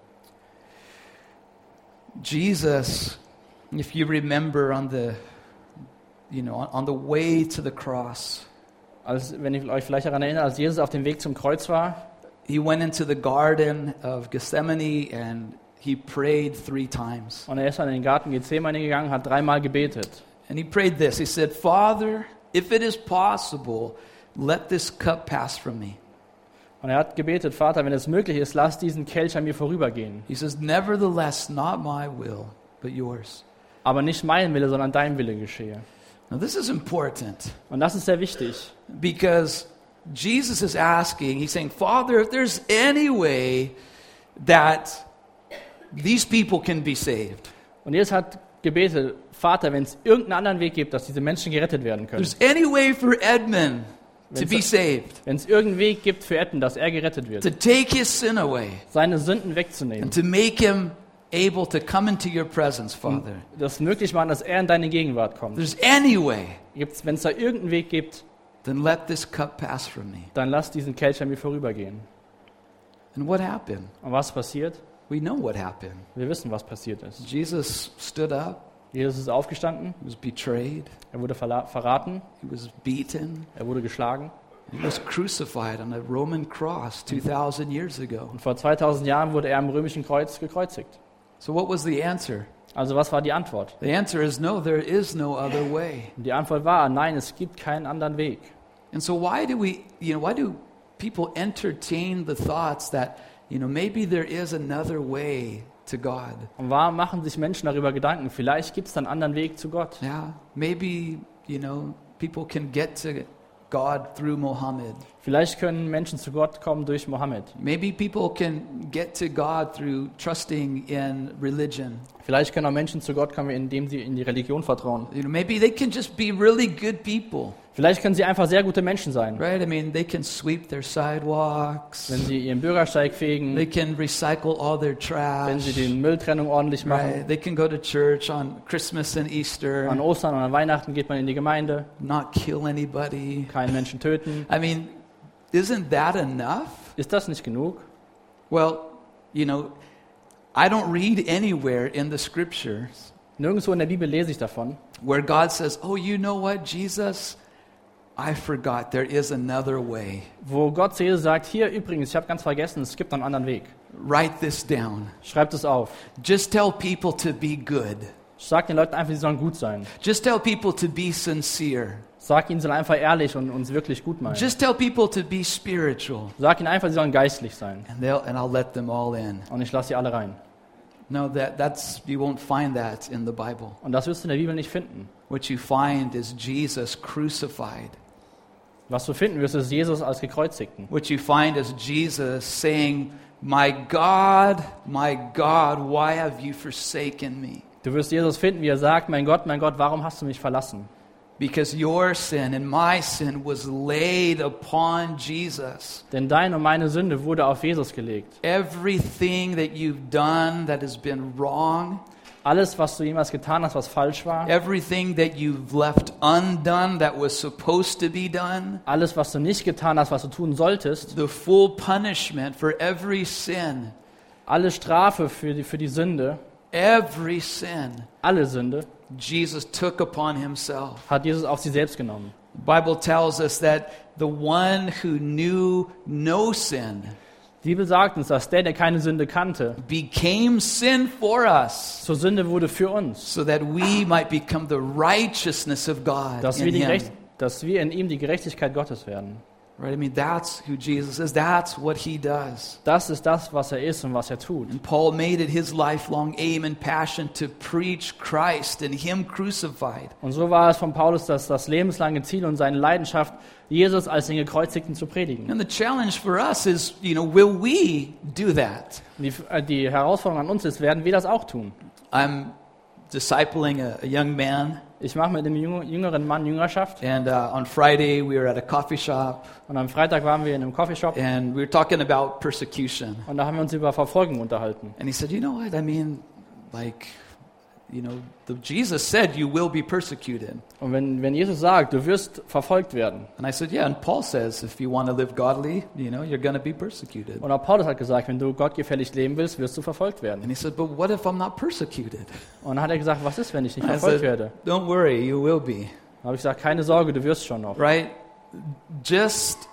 Speaker 1: Jesus, if you remember on the you know, on, on the way to the cross,
Speaker 2: Als, wenn ich euch vielleicht daran erinnere, als Jesus auf dem Weg zum Kreuz war,
Speaker 1: he went into the garden of Gethsemane and he prayed 3 times.
Speaker 2: und er ist dann in den Garten Gethsemane gegangen, hat dreimal gebetet.
Speaker 1: And he prayed this. He said, "Father, if it is possible, let this cup pass from me."
Speaker 2: Und er hat gebetet, Vater, wenn es möglich ist, lass diesen Kelch an mir vorübergehen.
Speaker 1: He says, Nevertheless, not my will, but yours.
Speaker 2: Aber nicht mein Wille, sondern dein Wille geschehe.
Speaker 1: Now, this is important
Speaker 2: Und das ist sehr wichtig,
Speaker 1: because Jesus is asking, He's saying, Father, if there's any way that these people can be saved,
Speaker 2: Und Jesus hat gebetet, Vater, wenn es irgendeinen anderen Weg gibt, dass diese Menschen gerettet werden
Speaker 1: if
Speaker 2: können.
Speaker 1: there's any way for Edmund to be saved,
Speaker 2: Wenn es irgendeinen Weg gibt für Edmund, dass er gerettet wird,
Speaker 1: to take his sin away,
Speaker 2: seine Sünden
Speaker 1: and
Speaker 2: wegzunehmen,
Speaker 1: to make him able to come into your presence, Father.
Speaker 2: das möglich machen, dass er in deine Gegenwart
Speaker 1: If
Speaker 2: kommt.
Speaker 1: there's any way,
Speaker 2: Gibt's- Wenn es da irgendeinen Weg gibt,
Speaker 1: then let this cup pass from me.
Speaker 2: dann lass diesen Kelch an mir vorübergehen.
Speaker 1: And what happened?
Speaker 2: Und was passiert?
Speaker 1: We know what happened.
Speaker 2: Wir wissen, was passiert ist.
Speaker 1: Jesus stood up,
Speaker 2: Jesus ist aufgestanden,
Speaker 1: he was betrayed,
Speaker 2: er wurde verla- verraten,
Speaker 1: he was beaten,
Speaker 2: er wurde geschlagen
Speaker 1: he was crucified on a Roman cross 2,000 years ago.
Speaker 2: und vor 2000 Jahren wurde er am römischen Kreuz gekreuzigt.
Speaker 1: So, what was the answer?
Speaker 2: Also was war die Antwort?
Speaker 1: The answer is no, there is no other way.
Speaker 2: Und die Antwort war, nein, es gibt keinen anderen Weg.
Speaker 1: And so, why do we, you know, why do people entertain the thoughts that, you know, maybe there is another way to God?
Speaker 2: Und warum machen sich Menschen darüber Gedanken? Vielleicht gibt es einen anderen Weg zu Gott.
Speaker 1: Yeah, maybe, you know, people can get to God through Mohammed.
Speaker 2: Vielleicht können Menschen zu Gott kommen durch Mohammed.
Speaker 1: Maybe people can get to God through trusting in religion.
Speaker 2: Vielleicht können auch Menschen zu Gott kommen, indem sie in die Religion vertrauen.
Speaker 1: You know, maybe they can just be really good people,
Speaker 2: Vielleicht können sie einfach sehr gute Menschen sein,
Speaker 1: right? I mean, they can sweep their sidewalks.
Speaker 2: wenn sie ihren Bürgersteig
Speaker 1: They
Speaker 2: fegen,
Speaker 1: can recycle all their
Speaker 2: wenn
Speaker 1: trash.
Speaker 2: sie die Mülltrennung ordentlich machen.
Speaker 1: Right? They can go to church on Christmas and
Speaker 2: An
Speaker 1: Easter,
Speaker 2: Ostern und an Weihnachten geht man in die Gemeinde,
Speaker 1: not kill anybody.
Speaker 2: keinen Menschen töten.
Speaker 1: I mean, isn't that enough?
Speaker 2: Ist das nicht genug?
Speaker 1: Well, you know, I don't read anywhere in the scriptures
Speaker 2: Nirgendwo in der Bibel lese ich davon,
Speaker 1: where God says, Oh, you know what, Jesus? I forgot there is another way.
Speaker 2: wo Gott zu Jesus sagt, hier übrigens, ich habe ganz vergessen, es gibt noch einen anderen Weg.
Speaker 1: Write this down.
Speaker 2: Schreibt es auf.
Speaker 1: Just tell people to be good.
Speaker 2: Sag den Leuten einfach, sie sollen gut sein.
Speaker 1: Just tell people to be sincere.
Speaker 2: Sag ihnen, sie sollen einfach ehrlich und uns wirklich gut meinen.
Speaker 1: Just tell people to be spiritual.
Speaker 2: Sag ihnen einfach, sie sollen geistlich sein.
Speaker 1: And they'll and I'll let them all in.
Speaker 2: Und ich lasse sie alle rein.
Speaker 1: No, that that's you won't find that in the Bible.
Speaker 2: Und das wirst du in der Bibel nicht finden.
Speaker 1: What you find is Jesus crucified.
Speaker 2: Was du finden wirst, ist Jesus als Gekreuzigten.
Speaker 1: What you find is Jesus saying, My God, my God, why have you forsaken me?
Speaker 2: Du wirst Jesus finden, wie er sagt, mein Gott, mein Gott, warum hast du mich verlassen?
Speaker 1: Because your sin and my sin was laid upon Jesus.
Speaker 2: Denn deine und meine Sünde wurde auf Jesus gelegt.
Speaker 1: Everything that you've done that has been wrong,
Speaker 2: Alles, was du jemals getan hast, was falsch war,
Speaker 1: everything that you've left undone that was supposed to be done,
Speaker 2: alles, was du nicht getan hast, was du tun solltest,
Speaker 1: the full punishment for every sin,
Speaker 2: alle Strafe für die, für die Sünde,
Speaker 1: every sin,
Speaker 2: alle Sünde,
Speaker 1: Jesus took upon himself.
Speaker 2: hat Jesus auf sich selbst genommen.
Speaker 1: The Bible tells us that the one who knew no sin
Speaker 2: Die Bibel sagt uns, dass der, der keine Sünde kannte,
Speaker 1: became sin for us.
Speaker 2: zur Sünde wurde für uns,
Speaker 1: so that we might become the righteousness of God
Speaker 2: dass wir,
Speaker 1: in
Speaker 2: die
Speaker 1: Him.
Speaker 2: Gerecht, dass wir in ihm die Gerechtigkeit Gottes werden.
Speaker 1: Right? I mean, that's who Jesus is. That's what He does.
Speaker 2: Das ist das, was er ist und was er tut.
Speaker 1: And Paul made it his lifelong aim and passion to preach Christ and Him crucified.
Speaker 2: Und so war es von Paulus, dass das lebenslange Ziel und seine Leidenschaft, Jesus als den Gekreuzigten zu predigen.
Speaker 1: And the challenge for us is, you know, will we do that?
Speaker 2: Und Die, äh, die Herausforderung an uns ist, werden wir das auch tun?
Speaker 1: I'm discipling a, a young man,
Speaker 2: Ich mache mit dem jüng- jüngeren Mann Jüngerschaft
Speaker 1: and uh, on Friday we were at a coffee shop,
Speaker 2: und am Freitag waren wir in einem Coffeeshop
Speaker 1: and we were talking about persecution.
Speaker 2: und da haben wir uns über Verfolgung unterhalten.
Speaker 1: And he said, You know what? I mean, like, you know, the, Jesus said you will be persecuted.
Speaker 2: Und wenn, wenn Jesus sagt, du wirst verfolgt werden,
Speaker 1: And I said, Yeah, and Paul says, if you want to live godly, you know, you're going to be persecuted.
Speaker 2: und auch Paulus hat gesagt, wenn du gottgefällig leben willst, wirst du verfolgt werden.
Speaker 1: And he said, But what if I'm not persecuted?
Speaker 2: Und dann hat er gesagt, was ist, wenn ich nicht
Speaker 1: I
Speaker 2: verfolgt
Speaker 1: said,
Speaker 2: werde?
Speaker 1: Don't worry, you will be.
Speaker 2: Dann habe ich gesagt, keine Sorge, du wirst schon noch.
Speaker 1: Right? Just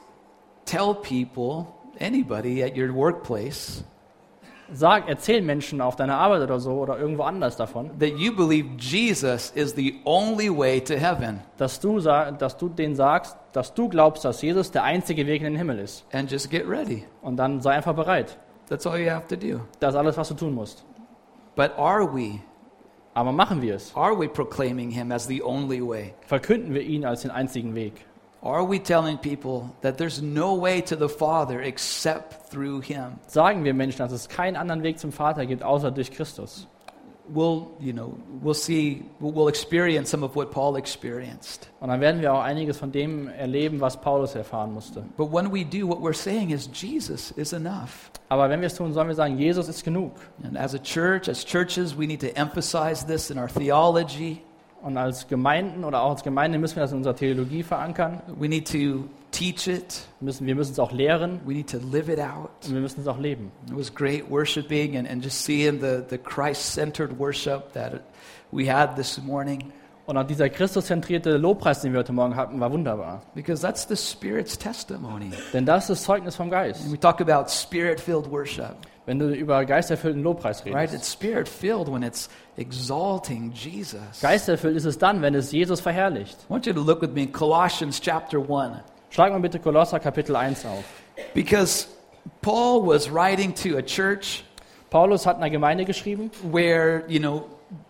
Speaker 1: tell people, anybody at your workplace,
Speaker 2: Sag, erzähl Menschen auf deiner Arbeit oder so oder irgendwo anders davon,
Speaker 1: that you believe Jesus is the only way to heaven
Speaker 2: dass du, sa- dass du denen sagst, dass du glaubst, dass Jesus der einzige Weg in den Himmel ist.
Speaker 1: and just get ready.
Speaker 2: Und dann sei einfach bereit.
Speaker 1: That's all you have to do.
Speaker 2: Das ist alles, was du tun musst.
Speaker 1: But are we?
Speaker 2: Aber machen wir es?
Speaker 1: Are we proclaiming him as the only way?
Speaker 2: Verkünden wir ihn als den einzigen Weg?
Speaker 1: Are we telling people that there's no way to the Father except through him?
Speaker 2: Sagen wir Menschen, dass es keinen anderen Weg zum Vater gibt, außer durch Christus?
Speaker 1: We'll, you know, we'll see, we'll experience some of what Paul experienced.
Speaker 2: Und dann werden wir auch einiges von dem erleben, was Paulus erfahren musste.
Speaker 1: But when we do, what we're saying is Jesus is enough.
Speaker 2: Aber wenn wir es tun, sollen wir sagen, Jesus ist genug.
Speaker 1: And as a church, as churches, we need to emphasize this in our theology.
Speaker 2: Und als Gemeinden oder auch als Gemeinde müssen wir das in unserer Theologie verankern.
Speaker 1: We need to teach it.
Speaker 2: Müssen, wir müssen es auch lehren
Speaker 1: We need to live it out.
Speaker 2: und wir müssen es auch leben.
Speaker 1: It was great worshiping and, and just seeing the, the Christ centered worship that we had this morning
Speaker 2: Und auch dieser christuszentrierte Lobpreis, den wir heute Morgen hatten, war wunderbar.
Speaker 1: because that's the Spirit's testimony.
Speaker 2: Denn das ist Zeugnis vom
Speaker 1: And
Speaker 2: Geist.
Speaker 1: we talk about spirit filled worship,
Speaker 2: Wenn du über geisterfüllten Lobpreis
Speaker 1: right?
Speaker 2: redest.
Speaker 1: It's spirit filled when it's exalting Jesus. I
Speaker 2: Geisterfüllt ist es dann, wenn es Jesus verherrlicht.
Speaker 1: want you to look with me in Colossians chapter 1
Speaker 2: Schlag mal bitte Kolosser Kapitel 1 auf.
Speaker 1: because Paul was writing to a church
Speaker 2: Paulus hat einer Gemeinde geschrieben,
Speaker 1: where, you know,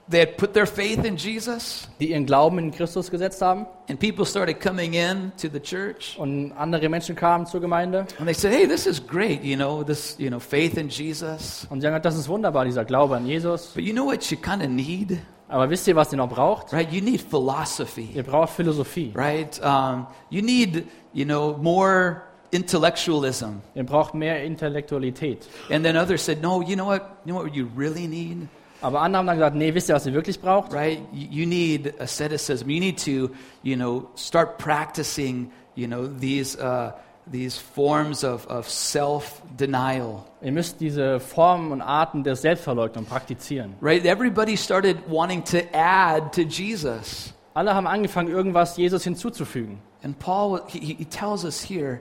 Speaker 1: they had put their faith in Jesus
Speaker 2: die ihren Glauben in Christus gesetzt haben.
Speaker 1: and people started coming in to the church
Speaker 2: Und andere Menschen kamen zur Gemeinde.
Speaker 1: and they said, "Hey, this is great, you know, this, you know, faith in Jesus."
Speaker 2: Und sie haben gesagt, das ist wunderbar, dieser Glaube an Jesus.
Speaker 1: But you know what you kind of need,
Speaker 2: Aber wisst ihr, was ihr noch braucht?
Speaker 1: right? You need philosophy,
Speaker 2: Ihr braucht Philosophie.
Speaker 1: right? Um, you need, you know, more intellectualism.
Speaker 2: Ihr braucht mehr Intellektualität.
Speaker 1: And then others said, no, you know what? You know what you really need,
Speaker 2: Aber andere haben dann gesagt, nee, wisst ihr, was ihr wirklich braucht?
Speaker 1: right? You, you need asceticism. You need to, you know, start practicing, you know, these uh, these forms of of self denial,
Speaker 2: Ihr müsst diese Formen und Arten der Selbstverleugnung praktizieren.
Speaker 1: right? Everybody started wanting to add to Jesus.
Speaker 2: Alle haben angefangen, irgendwas Jesus hinzuzufügen.
Speaker 1: And Paul, he, he tells us here,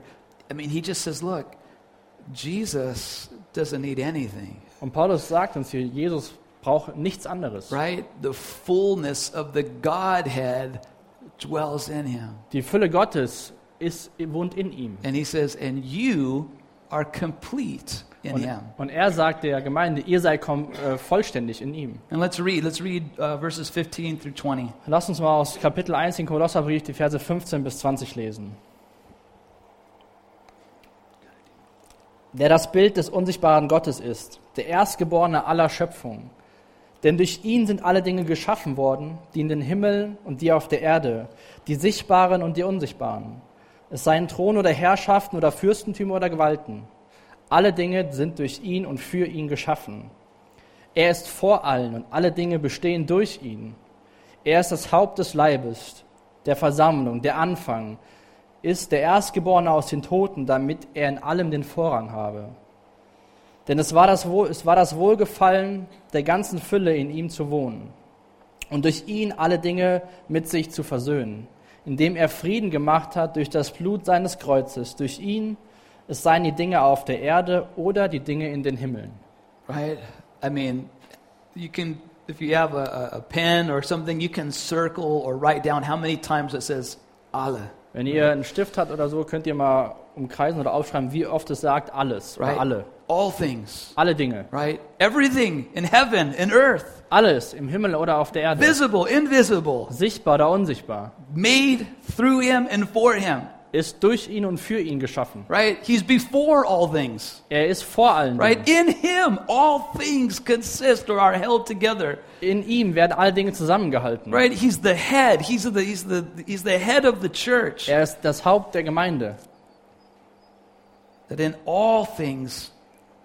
Speaker 1: I mean, he just says, look, Jesus doesn't need anything,
Speaker 2: Und Paulus sagt uns hier, Jesus braucht nichts anderes.
Speaker 1: right? The fullness of the Godhead dwells in him.
Speaker 2: Die Fülle Gottes ist, wohnt in ihm.
Speaker 1: And he says, and you are complete in
Speaker 2: Und,
Speaker 1: him.
Speaker 2: und er sagt der Gemeinde, ihr seid kom- äh, vollständig in ihm.
Speaker 1: And let's read. Let's read uh, verses 15 through 20.
Speaker 2: Lasst uns mal aus Kapitel 1 den Kolosserbrief, die Verse 15 bis 20 lesen. Der das Bild des unsichtbaren Gottes ist, der Erstgeborene aller Schöpfung. Denn durch ihn sind alle Dinge geschaffen worden, die in den Himmel und die auf der Erde, die Sichtbaren und die Unsichtbaren. Es seien Thron oder Herrschaften oder Fürstentümer oder Gewalten. Alle Dinge sind durch ihn und für ihn geschaffen. Er ist vor allen und alle Dinge bestehen durch ihn. Er ist das Haupt des Leibes, der Versammlung, der Anfang, ist der Erstgeborene aus den Toten, damit er in allem den Vorrang habe. Denn es war das, Wohl, es war das Wohlgefallen der ganzen Fülle, in ihm zu wohnen und durch ihn alle Dinge mit sich zu versöhnen, indem er Frieden gemacht hat durch das Blut seines Kreuzes. Durch ihn, es seien die Dinge auf der Erde oder die Dinge in den Himmeln.
Speaker 1: Right? I mean, you can, if you have a, a a pen or something, you can circle or write down how many times it says Allah.
Speaker 2: Wenn ihr einen Stift habt oder so, könnt ihr mal umkreisen oder aufschreiben, wie oft es sagt alles
Speaker 1: Right.
Speaker 2: oder alle.
Speaker 1: All things.
Speaker 2: Alle Dinge.
Speaker 1: Right? Everything in heaven, in earth,
Speaker 2: Alles im Himmel oder auf der Erde.
Speaker 1: visible, invisible,
Speaker 2: Sichtbar oder unsichtbar.
Speaker 1: made through him and for him.
Speaker 2: Ist durch ihn und für ihn geschaffen.
Speaker 1: Right? He's before all things.
Speaker 2: Er ist vor allen
Speaker 1: Right?
Speaker 2: Dingen.
Speaker 1: In him, all things consist or are held together.
Speaker 2: In ihm werden alle Dinge zusammengehalten.
Speaker 1: Right? He's the head. He's the, he's the, he's the head of the church.
Speaker 2: Er ist das Haupt der Gemeinde.
Speaker 1: That in all things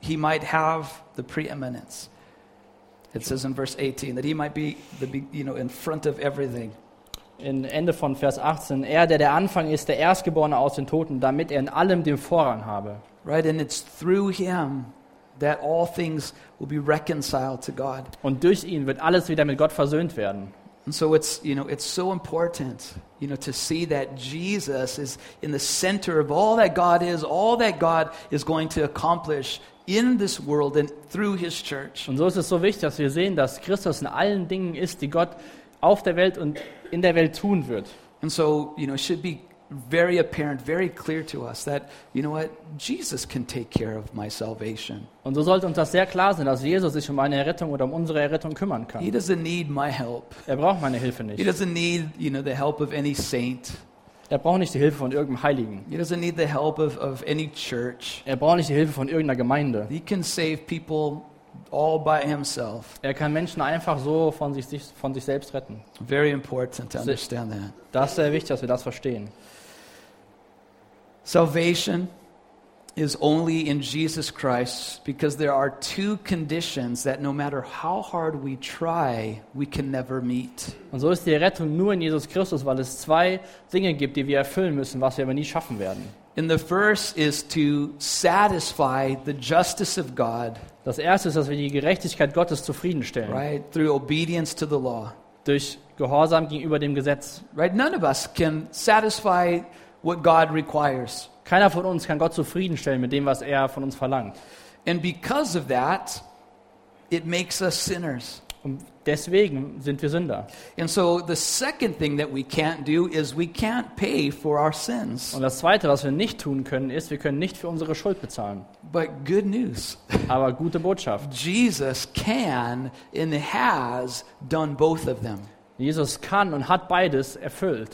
Speaker 1: he might have the preeminence. It says in verse 18 that he might be, the, be- you know, in front of everything.
Speaker 2: In Ende von Vers 18. Er, der der Anfang ist, der Erstgeborene aus den Toten, damit er in allem den Vorrang habe.
Speaker 1: Right? And it's through him that all things will be reconciled to God.
Speaker 2: Und durch ihn wird alles wieder mit Gott versöhnt werden.
Speaker 1: And so it's, you know, it's so important, you know, to see that Jesus is in the center of all that God is, all that God is going to accomplish in this world and through his church.
Speaker 2: Und so ist es so wichtig, dass wir sehen, dass Christus in allen Dingen ist, die Gott auf der Welt und in der Welt tun wird.
Speaker 1: And so, you know, it should be very apparent, very clear to us that, you know what, Jesus can take care of my salvation.
Speaker 2: Und so sollte uns das sehr klar sein, dass Jesus sich um meine Errettung oder um unsere Errettung kümmern
Speaker 1: He
Speaker 2: kann.
Speaker 1: doesn't need my help.
Speaker 2: Er braucht meine Hilfe
Speaker 1: He
Speaker 2: nicht.
Speaker 1: doesn't need, you know, the help of any saint.
Speaker 2: Er braucht nicht die Hilfe von irgendeinem Heiligen.
Speaker 1: He doesn't need the help of, of any church.
Speaker 2: Er braucht nicht die Hilfe von irgendeiner Gemeinde.
Speaker 1: He can save people all by himself.
Speaker 2: Er kann Menschen einfach so von sich, sich- von sich selbst retten.
Speaker 1: Very important to understand that.
Speaker 2: Das ist sehr wichtig, dass wir das verstehen.
Speaker 1: Salvation is only in Jesus Christ because there are two conditions that no matter how hard we try, we can never meet.
Speaker 2: Und so ist die Rettung nur in Jesus Christus, weil es zwei Dinge gibt, die wir erfüllen müssen, was wir aber nie schaffen werden.
Speaker 1: And the first is to satisfy the justice of God,
Speaker 2: Das erste ist, dass wir die Gerechtigkeit Gottes zufriedenstellen.
Speaker 1: right, through obedience to the law.
Speaker 2: Durch Gehorsam gegenüber dem Gesetz.
Speaker 1: Right? None of us can satisfy what God requires.
Speaker 2: Keiner von uns kann Gott zufriedenstellen mit dem, was er von uns verlangt.
Speaker 1: And because of that, it makes us sinners.
Speaker 2: Und deswegen sind wir Sünder.
Speaker 1: And so the second thing that we can't do is we can't pay for our sins.
Speaker 2: Und das zweite, was wir nicht tun können, ist, wir können nicht für unsere Schuld bezahlen.
Speaker 1: But good news
Speaker 2: Aber gute Botschaft.
Speaker 1: Jesus can and has done both of them.
Speaker 2: Jesus kann und hat beides erfüllt.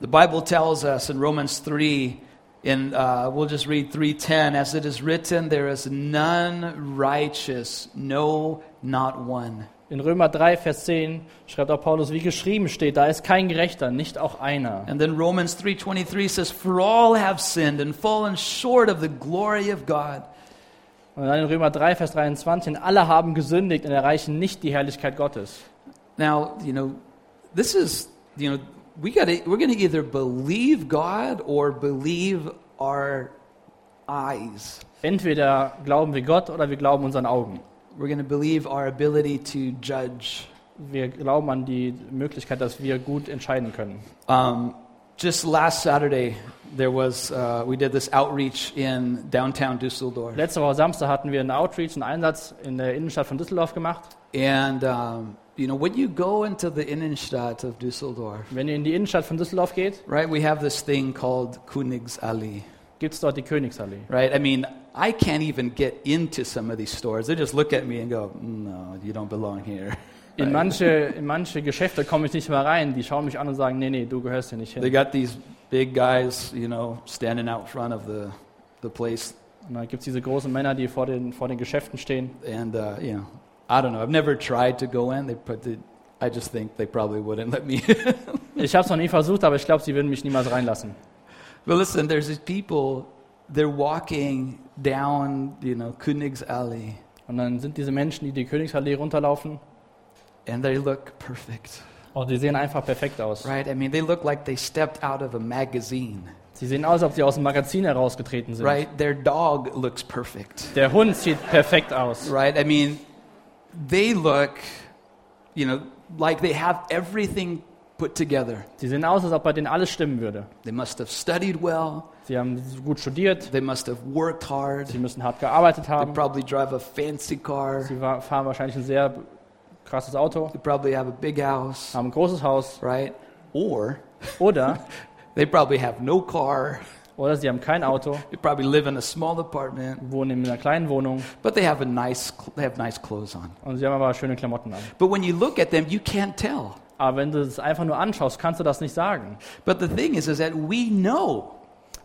Speaker 1: The Bible tells us in Romans 3, and uh, we'll just read 3.10, as it is written, there is none righteous, no, not one.
Speaker 2: In Römer 3, Vers 10 schreibt auch Paulus, wie geschrieben steht, da ist kein Gerechter, nicht auch einer.
Speaker 1: And then Romans 3.23 says, for all have sinned and fallen short of the glory of God.
Speaker 2: Und dann in Römer 3, Vers 23, "Denn alle haben gesündigt und erreichen nicht die Herrlichkeit Gottes.
Speaker 1: Now, you know, this is, you know, we gotta, we're going to either believe God or believe our eyes.
Speaker 2: Entweder glauben wir Gott oder wir glauben unseren Augen.
Speaker 1: We're going to believe our ability to judge.
Speaker 2: Wir glauben an die Möglichkeit, dass wir gut entscheiden können.
Speaker 1: Um, just last Saturday, there was, uh, we did this outreach in downtown Dusseldorf.
Speaker 2: Letzte Woche Samstag hatten wir einen Outreach, einen Einsatz in der Innenstadt von Düsseldorf gemacht.
Speaker 1: And, um, you know, when you go into the Innenstadt of Dusseldorf,
Speaker 2: Wenn ihr in die Innenstadt von Düsseldorf geht,
Speaker 1: right, we have this thing called Königsallee,
Speaker 2: gibt es dort die Königsallee.
Speaker 1: right? I mean, I can't even get into some of these stores. They just look at me and go, no, you don't belong here.
Speaker 2: In manche, in manche Geschäfte komme ich nicht mehr rein. Die schauen mich an und sagen, nee, nee, du gehörst hier nicht
Speaker 1: They
Speaker 2: hin.
Speaker 1: got these big guys, you know, standing out front of the, the place.
Speaker 2: Und dann gibt es diese großen Männer, die vor den, vor den Geschäften stehen.
Speaker 1: And, uh, you know, I don't know. I've never tried to go in. They put the, I just think they probably wouldn't let me in.
Speaker 2: Ich habe es noch nie versucht, aber ich glaube, sie würden mich niemals reinlassen.
Speaker 1: But listen, there's these people, they're walking down, you know, Koenig's Alley,
Speaker 2: Und dann sind diese Menschen, die die Königsallee runterlaufen,
Speaker 1: and they look perfect,
Speaker 2: und die sehen einfach perfekt aus.
Speaker 1: right? I mean, they look like they stepped out of a magazine,
Speaker 2: Sie sehen aus, als ob sie aus dem Magazin herausgetreten sind.
Speaker 1: right? Their dog looks perfect,
Speaker 2: Der Hund sieht perfekt aus.
Speaker 1: right? I mean, they look, you know, like they have everything put together.
Speaker 2: Sie sehen aus, als ob bei denen alles stimmen würde.
Speaker 1: They must have studied well,
Speaker 2: Sie haben gut studiert,
Speaker 1: they must have worked hard,
Speaker 2: sie müssen hart gearbeitet
Speaker 1: they
Speaker 2: haben,
Speaker 1: probably drive a fancy car,
Speaker 2: sie wa- fahren wahrscheinlich ein sehr krasses Auto,
Speaker 1: they probably have a big house,
Speaker 2: haben ein großes Haus
Speaker 1: right? Or
Speaker 2: oder,
Speaker 1: they probably have no car.
Speaker 2: oder sie haben kein Auto,
Speaker 1: They probably live in a small apartment,
Speaker 2: wohnen in einer kleinen Wohnung
Speaker 1: but they have a nice cl- they have nice clothes on.
Speaker 2: und sie haben aber schöne Klamotten an.
Speaker 1: But when you look at them, you can't tell.
Speaker 2: Aber wenn du es einfach nur anschaust, kannst du das nicht sagen.
Speaker 1: But the thing is is that we know.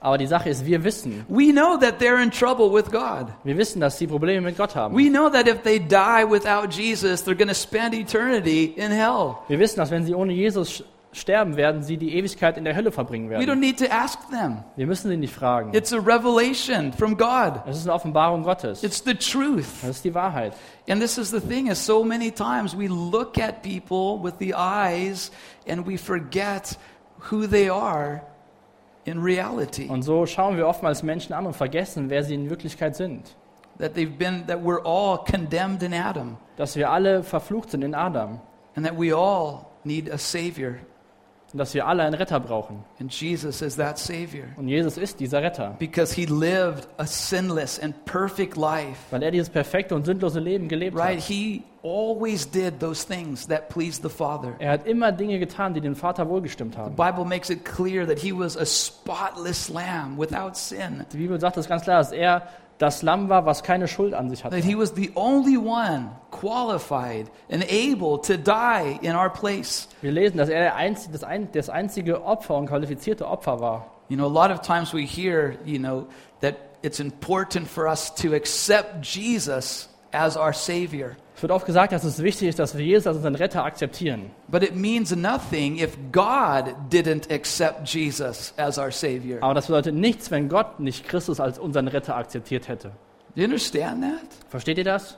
Speaker 2: Aber die Sache ist, wir wissen.
Speaker 1: We know that they're in trouble with God.
Speaker 2: Wir wissen, dass sie Probleme mit Gott haben.
Speaker 1: We know that if they die without Jesus, they're going to spend eternity in hell.
Speaker 2: Wir wissen, dass wenn sie ohne Jesus sch- sterben werden, sie die Ewigkeit in der Hölle verbringen
Speaker 1: We don't
Speaker 2: werden.
Speaker 1: need to ask them.
Speaker 2: Wir müssen sie nicht fragen.
Speaker 1: It's a revelation from God.
Speaker 2: Es ist eine Offenbarung Gottes.
Speaker 1: It's the truth.
Speaker 2: Das ist die Wahrheit.
Speaker 1: And this is the thing is so many times we look at people with the eyes and we forget who they are in reality.
Speaker 2: Und so schauen wir oftmals Menschen an und vergessen, wer sie in Wirklichkeit sind.
Speaker 1: that they've been that we're all condemned in Adam
Speaker 2: Dass wir alle verflucht sind in Adam
Speaker 1: and that we all need a savior.
Speaker 2: und dass wir alle einen Retter brauchen.
Speaker 1: And Jesus is that Savior
Speaker 2: Und Jesus ist dieser Retter,
Speaker 1: because he lived a sinless and perfect life.
Speaker 2: weil er dieses perfekte und sinnlose Leben gelebt
Speaker 1: Right?
Speaker 2: hat.
Speaker 1: He always did those things that pleased the Father.
Speaker 2: Er hat immer Dinge getan, die dem Vater wohlgestimmt
Speaker 1: The
Speaker 2: haben.
Speaker 1: Bible makes it clear that he was a spotless lamb without sin.
Speaker 2: Die Bibel sagt es ganz klar, dass er das Lamm war, was keine Schuld an sich hatte.
Speaker 1: That he was the only one qualified and able to die in our place.
Speaker 2: Wir lesen, dass er der einzige, das, ein, das einzige Opfer und qualifizierte Opfer war.
Speaker 1: You know, a lot of times we hear, you know, that it's important for us to accept Jesus as our Savior.
Speaker 2: Es wird oft gesagt, dass es wichtig ist, dass wir Jesus als unseren Retter akzeptieren.
Speaker 1: But it means nothing if God didn't accept Jesus as our Savior.
Speaker 2: Aber das bedeutet nichts, wenn Gott nicht Christus als unseren Retter akzeptiert hätte.
Speaker 1: Do you understand that?
Speaker 2: Versteht ihr das?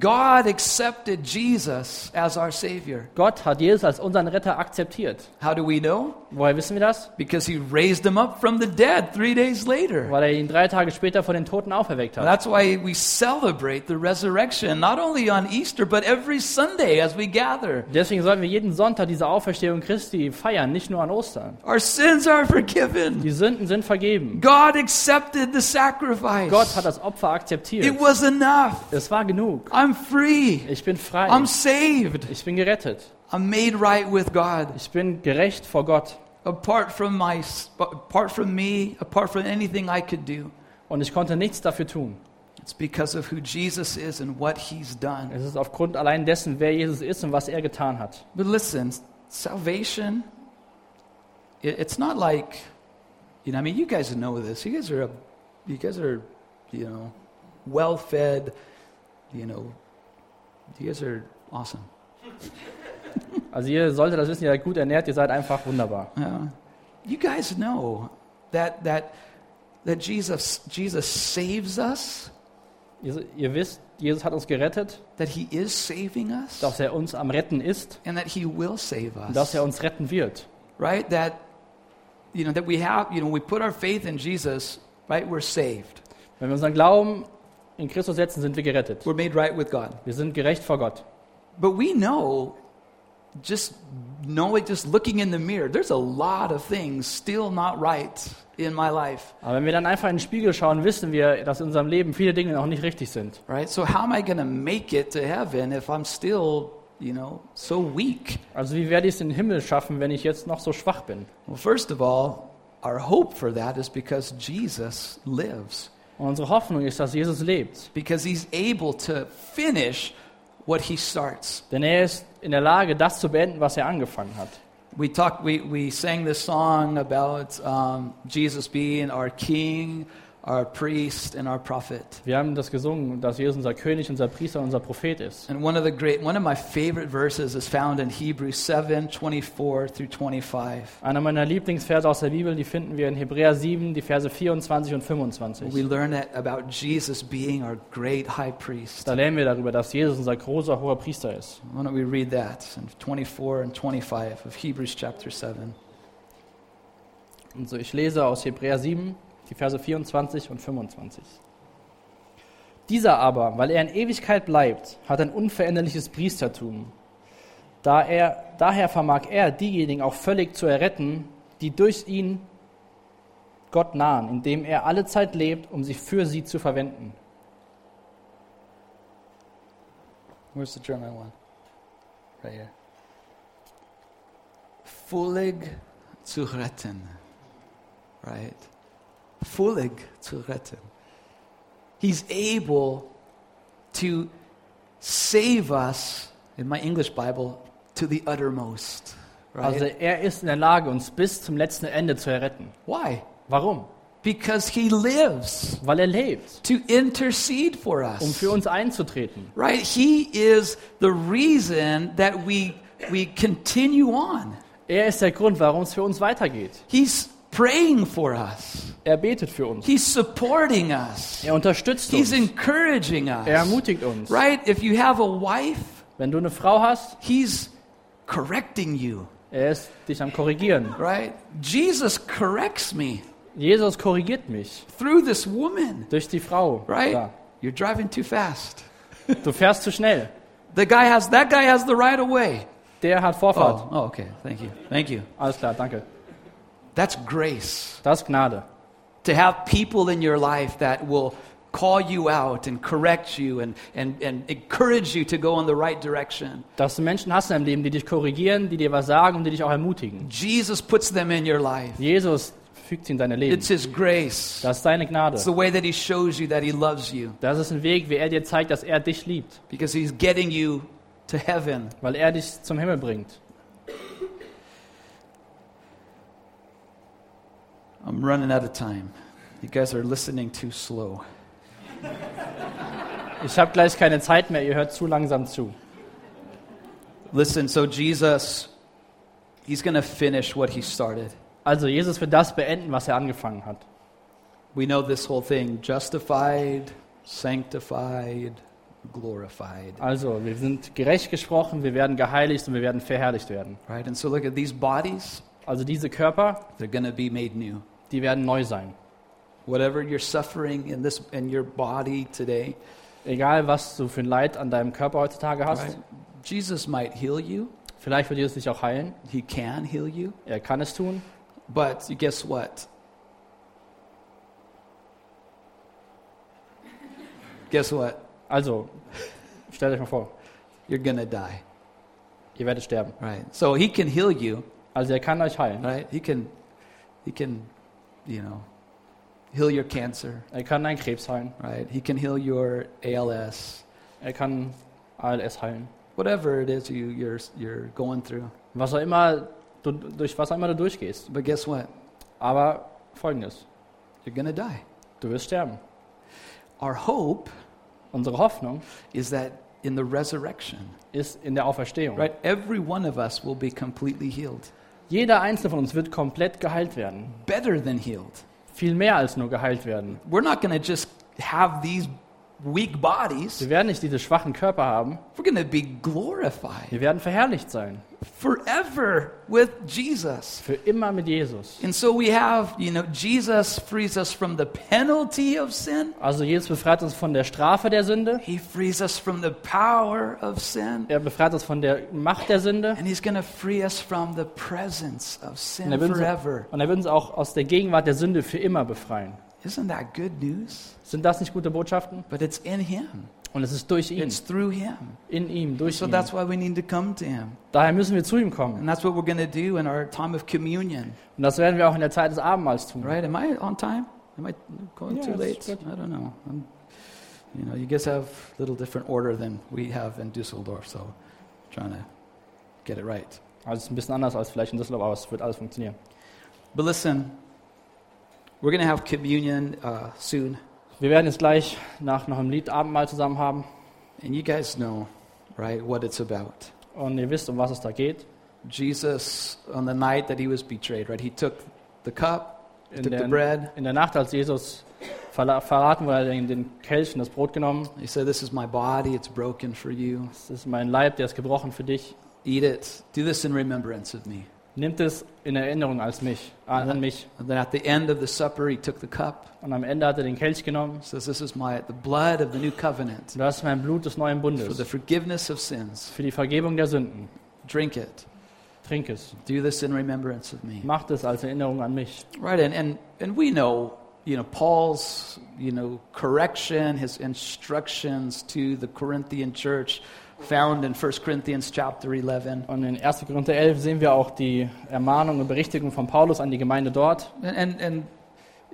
Speaker 1: God accepted Jesus as our Savior.
Speaker 2: Gott hat Jesus als unseren Retter akzeptiert.
Speaker 1: How do we know?
Speaker 2: Woher wissen wir das?
Speaker 1: Because He raised Him up from the dead three days later.
Speaker 2: Weil er ihn drei Tage später von den Toten auferweckt hat.
Speaker 1: That's why we celebrate the resurrection, not only on Easter, but every Sunday as we gather.
Speaker 2: Deswegen sollen wir jeden Sonntag diese Auferstehung Christi feiern, nicht nur an Ostern.
Speaker 1: Our sins are forgiven.
Speaker 2: Die Sünden sind vergeben.
Speaker 1: God accepted the sacrifice.
Speaker 2: Gott hat das Opfer akzeptiert.
Speaker 1: it was enough.
Speaker 2: Es war genug.
Speaker 1: I'm free.
Speaker 2: Ich bin frei.
Speaker 1: I'm saved.
Speaker 2: Ich bin gerettet.
Speaker 1: I'm made right with God.
Speaker 2: Ich bin gerecht vor Gott.
Speaker 1: Apart from my apart from me, apart from anything I could do.
Speaker 2: Und ich konnte nichts dafür tun.
Speaker 1: It's because of who Jesus is and what he's done.
Speaker 2: Es ist aufgrund allein dessen, wer Jesus ist und was er getan hat.
Speaker 1: But listen, salvation it, it's not like you know, I mean you guys know this. You guys are a, you guys are, you know, well-fed, you know, you guys are awesome.
Speaker 2: Also ihr solltet das wissen, ihr seid gut ernährt, ihr seid einfach wunderbar.
Speaker 1: Uh, you guys know that that that Jesus Jesus saves us,
Speaker 2: Ihr, ihr wisst, Jesus hat uns gerettet,
Speaker 1: that He is saving us,
Speaker 2: dass er uns am Retten ist
Speaker 1: and that He will save
Speaker 2: und dass
Speaker 1: us.
Speaker 2: er uns retten wird.
Speaker 1: Right? That you know that we have you know we put our faith in Jesus, right? We're saved.
Speaker 2: Wenn wir unseren Glauben in Christus setzen, sind wir gerettet.
Speaker 1: We're made right with God.
Speaker 2: Wir sind gerecht vor Gott.
Speaker 1: But we know, just knowing, just looking in the mirror, there's a lot of things still not right in my life.
Speaker 2: Aber wenn wir dann einfach in den Spiegel schauen, wissen wir, dass in unserem Leben viele Dinge noch nicht richtig sind.
Speaker 1: Right? So how am I going to make it to heaven if I'm still, you know, so weak?
Speaker 2: Also wie werde ich es in den Himmel schaffen, wenn ich jetzt noch so schwach bin?
Speaker 1: Well, first of all, our hope for that is because Jesus lives,
Speaker 2: Und unsere Hoffnung ist, dass Jesus lebt.
Speaker 1: because he's able to finish what he starts.
Speaker 2: Denn er ist in der Lage, das zu beenden, was er angefangen hat.
Speaker 1: We, talked, we, we sang this song about um, Jesus being our king, our priest, and our prophet.
Speaker 2: Wir haben das gesungen, dass Jesus unser König, unser Priester, unser Prophet ist.
Speaker 1: And one of the great, one of my favorite verses is found in Hebrews 7, 24 through 25.
Speaker 2: Einer meiner Lieblingsverse aus der Bibel, die finden wir in Hebräer 7, die Verse 24 und
Speaker 1: We
Speaker 2: 25.
Speaker 1: learn that about Jesus being our great high priest.
Speaker 2: Da lernen wir darüber, dass Jesus unser großer, hoher Priester ist.
Speaker 1: Why don't we read that in 24 and 25 of Hebrews chapter 7?
Speaker 2: Und so, ich lese aus Hebräer 7, die Verse 24 und 25. Dieser aber, weil er in Ewigkeit bleibt, hat ein unveränderliches Priestertum. Da er, daher vermag er diejenigen auch völlig zu erretten, die durch ihn Gott nahen, indem er alle Zeit lebt, um sich für sie zu verwenden.
Speaker 1: Where's the German one? Right here. Fullig zu retten. Right? Fullig zu retten. He's able to save us, in my English Bible, to the uttermost. Right?
Speaker 2: Also er ist in der Lage, uns bis zum letzten Ende zu erretten.
Speaker 1: Why?
Speaker 2: Warum?
Speaker 1: Because he lives
Speaker 2: Weil er lebt,
Speaker 1: to intercede for us.
Speaker 2: um für uns einzutreten.
Speaker 1: Right? He is the reason that we, we continue on.
Speaker 2: Er ist der Grund, warum es für uns weitergeht.
Speaker 1: He's praying for us.
Speaker 2: Er betet für uns.
Speaker 1: He's supporting us.
Speaker 2: Er unterstützt
Speaker 1: He's
Speaker 2: uns.
Speaker 1: encouraging
Speaker 2: Er
Speaker 1: us.
Speaker 2: ermutigt uns.
Speaker 1: Right? If you have a wife,
Speaker 2: Wenn du eine Frau hast,
Speaker 1: he's correcting you.
Speaker 2: er ist dich am Korrigieren.
Speaker 1: Right? Jesus corrects me
Speaker 2: Jesus korrigiert mich
Speaker 1: through this woman.
Speaker 2: durch die Frau.
Speaker 1: Right?
Speaker 2: Ja.
Speaker 1: You're driving too fast.
Speaker 2: Du fährst zu schnell.
Speaker 1: The guy has that guy has the right of way.
Speaker 2: Der hat Vorfahrt.
Speaker 1: Oh, oh, okay. Thank you. Thank you.
Speaker 2: Alles klar, danke.
Speaker 1: That's grace.
Speaker 2: Das ist Gnade.
Speaker 1: To have people in your life that will call you out and correct you and, and, and encourage you to go in the right direction.
Speaker 2: Dass du Menschen hast in deinem Leben, die dich korrigieren, die dir was sagen und die dich auch ermutigen.
Speaker 1: Jesus puts them in your life.
Speaker 2: Jesus fügt sie in dein Leben.
Speaker 1: It's His grace.
Speaker 2: Das ist seine Gnade.
Speaker 1: It's the way that He shows you that He loves you
Speaker 2: Das ist ein Weg, wie er dir zeigt, dass er dich liebt,
Speaker 1: because He's getting you to heaven.
Speaker 2: weil er dich zum Himmel bringt.
Speaker 1: I'm running out of time. You guys are listening too slow.
Speaker 2: Ich habe gleich keine Zeit mehr, ihr hört zu langsam zu.
Speaker 1: Listen, so Jesus, He's going to finish what He started.
Speaker 2: Also Jesus wird das beenden, was er angefangen hat.
Speaker 1: We know this whole thing justified, sanctified, glorified.
Speaker 2: Also wir sind gerecht gesprochen, wir werden geheiligt und wir werden verherrlicht werden.
Speaker 1: Right? And so look at these bodies,
Speaker 2: Also diese Körper,
Speaker 1: they're going to be made new.
Speaker 2: die werden neu sein.
Speaker 1: Whatever you're suffering in this in your body today,
Speaker 2: Egal, was du für ein Leid an deinem Körper heutzutage hast,
Speaker 1: right? Jesus might heal you.
Speaker 2: vielleicht wird Jesus dich auch heilen.
Speaker 1: He can heal you.
Speaker 2: Er kann es tun.
Speaker 1: But guess what? Guess what?
Speaker 2: Also, stellt euch mal vor,
Speaker 1: You're going to die.
Speaker 2: ihr werdet sterben.
Speaker 1: Right? So he can heal you,
Speaker 2: Also er kann euch heilen.
Speaker 1: right? He can he can you know heal your cancer,
Speaker 2: Er kann deinen Krebs heilen.
Speaker 1: right? He can heal your ALS,
Speaker 2: Er kann ALS heilen.
Speaker 1: whatever it is you you're you're going through.
Speaker 2: Was auch immer du, durch was auch immer du durchgehst.
Speaker 1: But guess what?
Speaker 2: Aber folgendes,
Speaker 1: You're going to die.
Speaker 2: du wirst sterben.
Speaker 1: Our hope
Speaker 2: Unsere Hoffnung
Speaker 1: is that in the resurrection,
Speaker 2: ist in der Auferstehung.
Speaker 1: right? Every one of us will be completely healed,
Speaker 2: Jeder einzelne von uns wird komplett geheilt werden.
Speaker 1: better than healed.
Speaker 2: Viel mehr als nur geheilt werden.
Speaker 1: We're not going to just have these weak bodies.
Speaker 2: Wir werden nicht diese schwachen Körper haben.
Speaker 1: We're going to be glorified
Speaker 2: Wir werden verherrlicht sein.
Speaker 1: forever with Jesus.
Speaker 2: Für immer mit Jesus.
Speaker 1: And so we have, you know, Jesus frees us from the penalty of sin.
Speaker 2: Also Jesus befreit uns von der Strafe der Sünde.
Speaker 1: He frees us from the power of sin.
Speaker 2: Er befreit uns von der Macht der Sünde.
Speaker 1: And he's going to free us from the presence of
Speaker 2: Und
Speaker 1: sin
Speaker 2: er, wird uns,
Speaker 1: forever.
Speaker 2: und er wird uns auch aus der Gegenwart der Sünde für immer befreien.
Speaker 1: Isn't that good news?
Speaker 2: Sind das nicht gute Botschaften?
Speaker 1: But it's in him.
Speaker 2: Und es ist durch ihn,
Speaker 1: It's through him.
Speaker 2: in ihm, durch
Speaker 1: So
Speaker 2: ihn.
Speaker 1: that's Mhm. why we need to come to him.
Speaker 2: Daher müssen wir zu ihm kommen.
Speaker 1: And that's what we're going to do in our time of communion.
Speaker 2: Und das werden wir auch in der Zeit des Abendmahls tun.
Speaker 1: Right? Am I on time? Am I going
Speaker 2: Yeah,
Speaker 1: too
Speaker 2: it's
Speaker 1: late?
Speaker 2: good.
Speaker 1: I don't know. I'm, you know, you guys have a little different order than we have in Dusseldorf, so trying to get it right.
Speaker 2: Also es ist ein bisschen anders als vielleicht in Düsseldorf, aber es wird alles funktionieren.
Speaker 1: But listen, we're going to have communion uh, soon,
Speaker 2: Wir werden jetzt gleich nach noch einem Lied Abendmahl zusammen haben.
Speaker 1: and you guys know, right, what it's about.
Speaker 2: Und ihr wisst, um was es da geht.
Speaker 1: Jesus, on the night that he was betrayed, right, he took the cup, he
Speaker 2: In
Speaker 1: took the
Speaker 2: der,
Speaker 1: bread,
Speaker 2: in der Nacht, als Jesus verla- verraten wurde, hat er den, den Kelch und das Brot genommen.
Speaker 1: he said, This is my body, it's broken for you.
Speaker 2: Das ist mein Leib, der ist gebrochen für dich.
Speaker 1: Eat it. Do this in remembrance of me.
Speaker 2: Nimmt es in Erinnerung als mich, an, an mich.
Speaker 1: And then at the end of the supper, he took the cup.
Speaker 2: Und am Ende hat er den Kelch genommen.
Speaker 1: says this is my the blood of the new covenant
Speaker 2: Und das ist mein Blut des neuen
Speaker 1: for the
Speaker 2: Bundes.
Speaker 1: forgiveness of sins
Speaker 2: Für die Vergebung der Sünden.
Speaker 1: drink it
Speaker 2: Trink es.
Speaker 1: do this in remembrance of me
Speaker 2: Macht es als Erinnerung an mich.
Speaker 1: right and and, and we know you know paul's you know correction his instructions to the corinthian church found in 1 corinthians chapter 11
Speaker 2: Und in 1. Korinther 11 sehen wir auch die Ermahnung und Berichtigung von Paulus an die Gemeinde dort.
Speaker 1: and and, and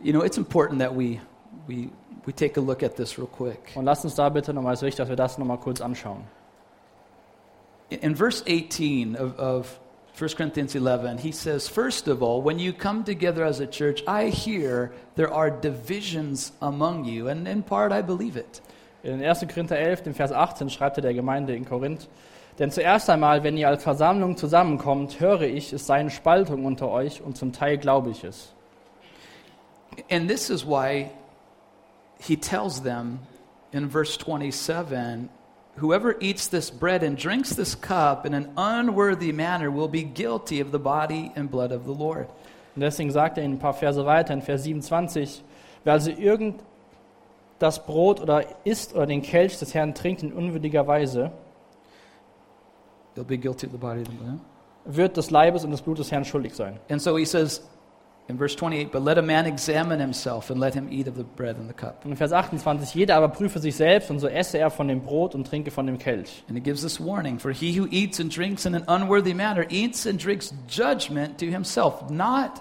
Speaker 1: you know it's important that we we we take a look at this real quick
Speaker 2: Und lasst uns da bitte nochmal, es ist wichtig, dass wir das nochmal kurz anschauen.
Speaker 1: In- In verse 18 of, of 1 Corinthians 11, he says, First of all, when you come together as a church, I hear there are divisions among you, and in part I believe it.
Speaker 2: In 1. Korinther 11, dem Vers 18, schreibt er der Gemeinde in Korinth, denn zuerst einmal, wenn ihr als Versammlung zusammenkommt, höre ich, es sei eine Spaltung unter euch und zum Teil glaube ich es.
Speaker 1: And this is why he tells them in verse 27 whoever eats this bread and drinks this cup in an unworthy manner will be guilty of the body and blood of the Lord.
Speaker 2: Und deswegen sagt er ihnen ein paar Verse weiter, in Vers 27, wer also irgend das Brot oder isst oder den Kelch des Herrn trinkt in unwürdiger Weise,
Speaker 1: you'll be guilty of the body of the Lamb.
Speaker 2: wird des Leibes und des Blutes Herrn schuldig sein.
Speaker 1: And so he says in verse 28, but let a man examine himself and let him eat of the bread and the cup.
Speaker 2: Und in Vers 28, jeder aber prüfe sich selbst und so esse er von dem Brot und trinke von dem Kelch.
Speaker 1: And it gives this warning for he who eats and drinks in an unworthy manner eats and drinks judgment to himself, not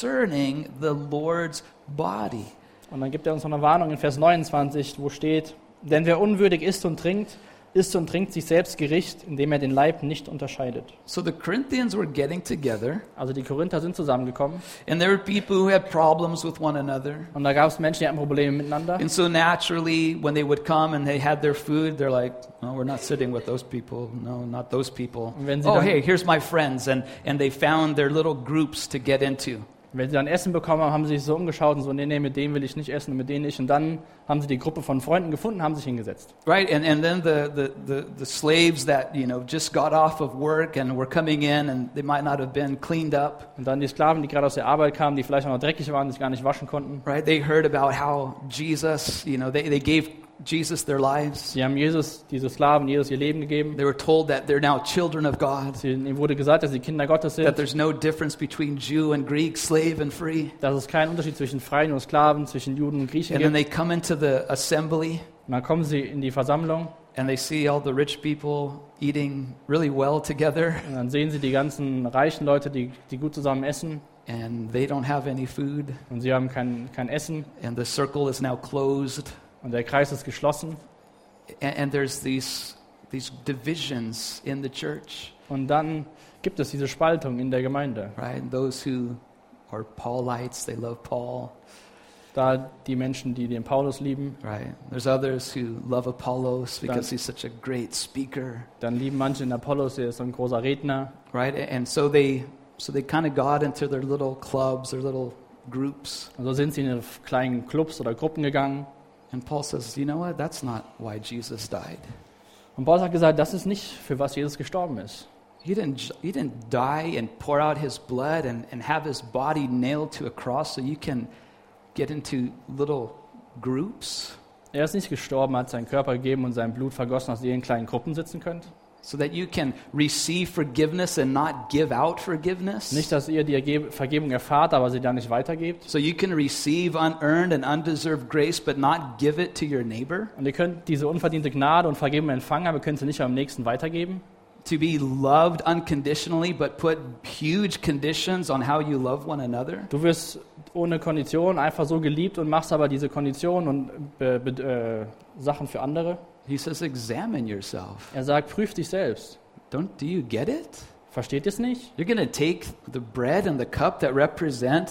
Speaker 1: discerning the Lord's body.
Speaker 2: Und dann gibt er uns noch eine Warnung in Vers 29, wo steht, denn wer unwürdig isst und trinkt, isst und trinkt sich selbst Gericht, indem er den Leib nicht unterscheidet.
Speaker 1: So the Corinthians were getting together,
Speaker 2: Also die Korinther sind zusammengekommen
Speaker 1: and there were people who had problems with one another.
Speaker 2: und da gab es Menschen, die hatten Probleme miteinander.
Speaker 1: And so naturally, when they would come and they had their food, they're like, "No, we're not sitting with those people. No, not those people.
Speaker 2: Wenn sie
Speaker 1: oh,
Speaker 2: dann-
Speaker 1: hey, here's my friends." And and they found their little groups to get into.
Speaker 2: Wenn sie dann Essen bekommen haben, haben sie sich so umgeschaut und so, nee, nee, mit denen will ich nicht essen und mit denen nicht. Und dann haben sie die Gruppe von Freunden gefunden, haben sich hingesetzt.
Speaker 1: Right, and, and then the, the, the, the slaves that, you know, just got off of work and were coming in and they might not have been cleaned up,
Speaker 2: Und dann die Sklaven, die gerade aus der Arbeit kamen, die vielleicht auch noch dreckig waren, sich gar nicht waschen konnten.
Speaker 1: right? They heard about how Jesus, you know, they, they gave Jesus their lives.
Speaker 2: Sie haben Jesus, diese Sklaven, Jesus ihr Leben gegeben.
Speaker 1: They were told that they're now children of God,
Speaker 2: Sie, ihnen wurde gesagt, dass sie Kinder Gottes
Speaker 1: that
Speaker 2: sind,
Speaker 1: there's no difference between Jew and Greek, slave and free.
Speaker 2: dass es keinen Unterschied zwischen Freien und Sklaven, zwischen Juden und Griechen
Speaker 1: And then
Speaker 2: gibt.
Speaker 1: they come into the assembly
Speaker 2: Und dann kommen sie in die Versammlung
Speaker 1: and they see all the rich people eating really well together
Speaker 2: und dann sehen sie die ganzen reichen Leute, die, die gut zusammen essen.
Speaker 1: and they don't have any food
Speaker 2: Und sie haben kein, kein Essen
Speaker 1: and the circle is now closed.
Speaker 2: und der Kreis ist geschlossen.
Speaker 1: and, and there's these these divisions in the church
Speaker 2: Und dann gibt es diese Spaltung in der Gemeinde.
Speaker 1: right and those who are paulites they love paul
Speaker 2: Da die Menschen, die den Paulus lieben,
Speaker 1: right there's others who love apollos because
Speaker 2: Right.
Speaker 1: he's such a great speaker
Speaker 2: dann lieben manche den Apollos, der ist so ein großer Redner.
Speaker 1: right A- and so they so they kind of got into their little clubs their little groups
Speaker 2: Und so sind sie in ihre kleinen Clubs oder Gruppen gegangen.
Speaker 1: and paul says you know what that's not why jesus died
Speaker 2: Und Paulus hat gesagt, das ist nicht, für was Jesus gestorben ist.
Speaker 1: he didn't, j- he didn't die and pour out his blood and, and have his body nailed to a cross so you can get into little groups
Speaker 2: Er ist nicht gestorben, hat seinen Körper gegeben und sein Blut vergossen, dass ihr in kleinen Gruppen sitzen könnt.
Speaker 1: so that you can receive forgiveness and not give out forgiveness.
Speaker 2: Nicht, dass ihr die Erge Vergebung erfahrt, aber sie dann nicht weitergebt.
Speaker 1: so you can receive unearned and undeserved grace but not give it to your neighbor.
Speaker 2: Und ihr könnt diese unverdiente Gnade und Vergebung empfangen, aber könnt sie nicht am nächsten weitergeben.
Speaker 1: To be loved unconditionally but put huge conditions on how you love one another.
Speaker 2: Du wirst ohne Kondition einfach so geliebt und machst aber diese Konditionen und äh, be- äh, Sachen für andere.
Speaker 1: He says examine yourself.
Speaker 2: Er sagt, prüf dich selbst.
Speaker 1: Don't do you get it?
Speaker 2: Versteht ihr es nicht?
Speaker 1: You're going to take the bread and the cup that represent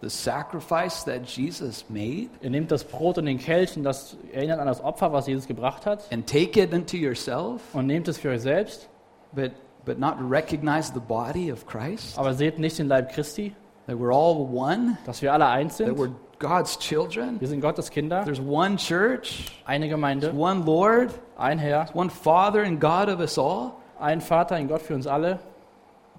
Speaker 1: the sacrifice that Jesus made
Speaker 2: Ihr nehmt das Brot und den Kelch und das erinnert an das Opfer, was Jesus gebracht hat.
Speaker 1: and take it into yourself
Speaker 2: Und nehmt es für euch selbst,
Speaker 1: but but not recognize the body of Christ.
Speaker 2: aber seht nicht den Leib Christi,
Speaker 1: that we're all one,
Speaker 2: dass wir alle eins
Speaker 1: that
Speaker 2: sind.
Speaker 1: we're God's children.
Speaker 2: Wir sind Gottes Kinder,
Speaker 1: There's one church,
Speaker 2: eine Gemeinde,
Speaker 1: one Lord,
Speaker 2: ein Herr,
Speaker 1: one Father and God of us all.
Speaker 2: ein Vater, ein Gott für uns alle.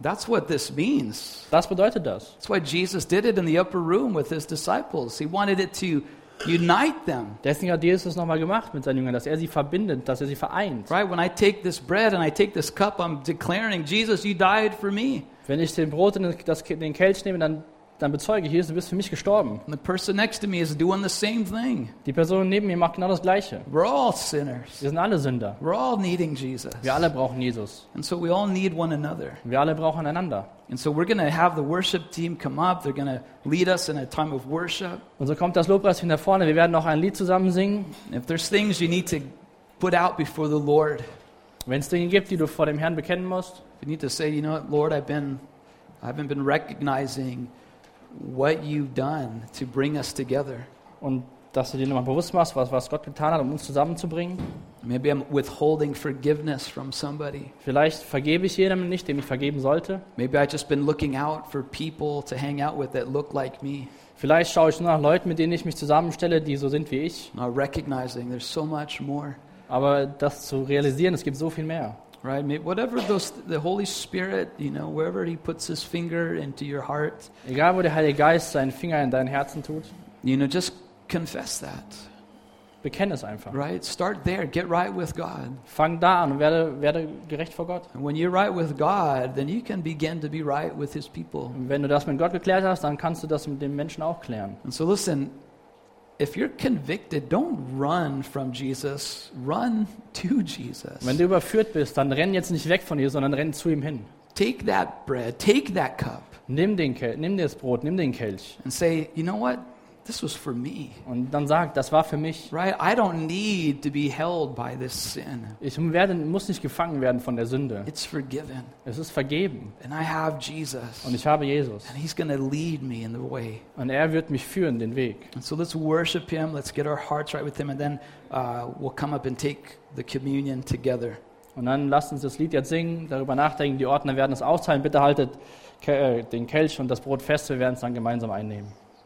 Speaker 1: That's what this means.
Speaker 2: Das bedeutet das.
Speaker 1: That's why Jesus did it in the upper room with his disciples. He wanted it to unite them.
Speaker 2: Deswegen hat Jesus es nochmal gemacht mit seinen Jüngern, dass er sie verbindet, dass er sie vereint.
Speaker 1: Right? When I take this bread and I take this cup, I'm declaring, Jesus, you died for me.
Speaker 2: Wenn ich den Brot und das, den Kelch nehme, dann, dann bezeuge ich, Jesus, du bist für mich gestorben.
Speaker 1: And the person next to me is doing the same thing.
Speaker 2: Die Person neben mir macht genau das Gleiche.
Speaker 1: We're all sinners.
Speaker 2: Wir sind alle Sünder.
Speaker 1: We're all needing Jesus.
Speaker 2: Wir alle brauchen Jesus.
Speaker 1: And so we all need one another.
Speaker 2: Wir alle brauchen einander.
Speaker 1: And so we're going to have the worship team come up. They're going to lead us in a time of worship.
Speaker 2: Und so kommt das Lobpreisteam nach vorne. Wir werden noch ein Lied zusammen singen.
Speaker 1: And if there's things you need to put out before the Lord,
Speaker 2: Wenn es Dinge gibt, die du vor dem Herrn bekennen musst,
Speaker 1: if you need to say, you know what, Lord, I've been, I haven't been recognizing what you've done to bring us together.
Speaker 2: und dass du dir nochmal bewusst machst, was, was Gott getan hat, um uns zusammenzubringen.
Speaker 1: Maybe I'm withholding forgiveness from somebody.
Speaker 2: Vielleicht vergebe ich jedem nicht, dem ich vergeben sollte.
Speaker 1: Maybe I've just been looking out for people to hang out with that look like me,
Speaker 2: Vielleicht schaue ich nur nach Leuten, mit denen ich mich zusammenstelle, die so sind wie ich.
Speaker 1: not recognizing there's so much more,
Speaker 2: Aber das zu realisieren, es gibt so viel mehr.
Speaker 1: right? Maybe whatever those, the Holy Spirit, you know, wherever He puts His finger into your heart,
Speaker 2: Egal, wo der Heilige Geist seinen Finger in dein Herzen tut,
Speaker 1: You know, just confess that.
Speaker 2: Bekenne es einfach.
Speaker 1: right? Start there. Get right with God.
Speaker 2: Fang da an und werde, werde gerecht vor Gott.
Speaker 1: And when you're right with God, then you can begin to be right with His people.
Speaker 2: Und wenn du das mit Gott geklärt hast, dann kannst du das mit den Menschen auch klären.
Speaker 1: And so, listen, if you're convicted, don't run from Jesus, run to Jesus.
Speaker 2: Wenn du überführt bist, dann renn jetzt nicht weg von ihr, sondern renn zu ihm hin.
Speaker 1: Take that bread, take that cup,
Speaker 2: Nimm, den Kel nimm dir das Brot, nimm den Kelch.
Speaker 1: and say, you know what? This was for me,
Speaker 2: Und dann sag, das war für mich.
Speaker 1: right? I don't need to be held by this sin.
Speaker 2: Ich werde, muss nicht gefangen werden von der Sünde.
Speaker 1: It's forgiven,
Speaker 2: Es ist vergeben.
Speaker 1: and I have Jesus,
Speaker 2: Und
Speaker 1: and
Speaker 2: ich habe Jesus.
Speaker 1: He's going to lead me in the way.
Speaker 2: Und er wird mich führen, den Weg.
Speaker 1: And so let's worship Him, let's get our hearts right with Him, and then uh, we'll come up and take the communion together.
Speaker 2: Und dann lasst uns das Lied jetzt singen, darüber nachdenken. Die Ordner werden es aufteilen. Bitte haltet Ke äh, den Kelch und das Brot fest. Wir werden es dann gemeinsam einnehmen.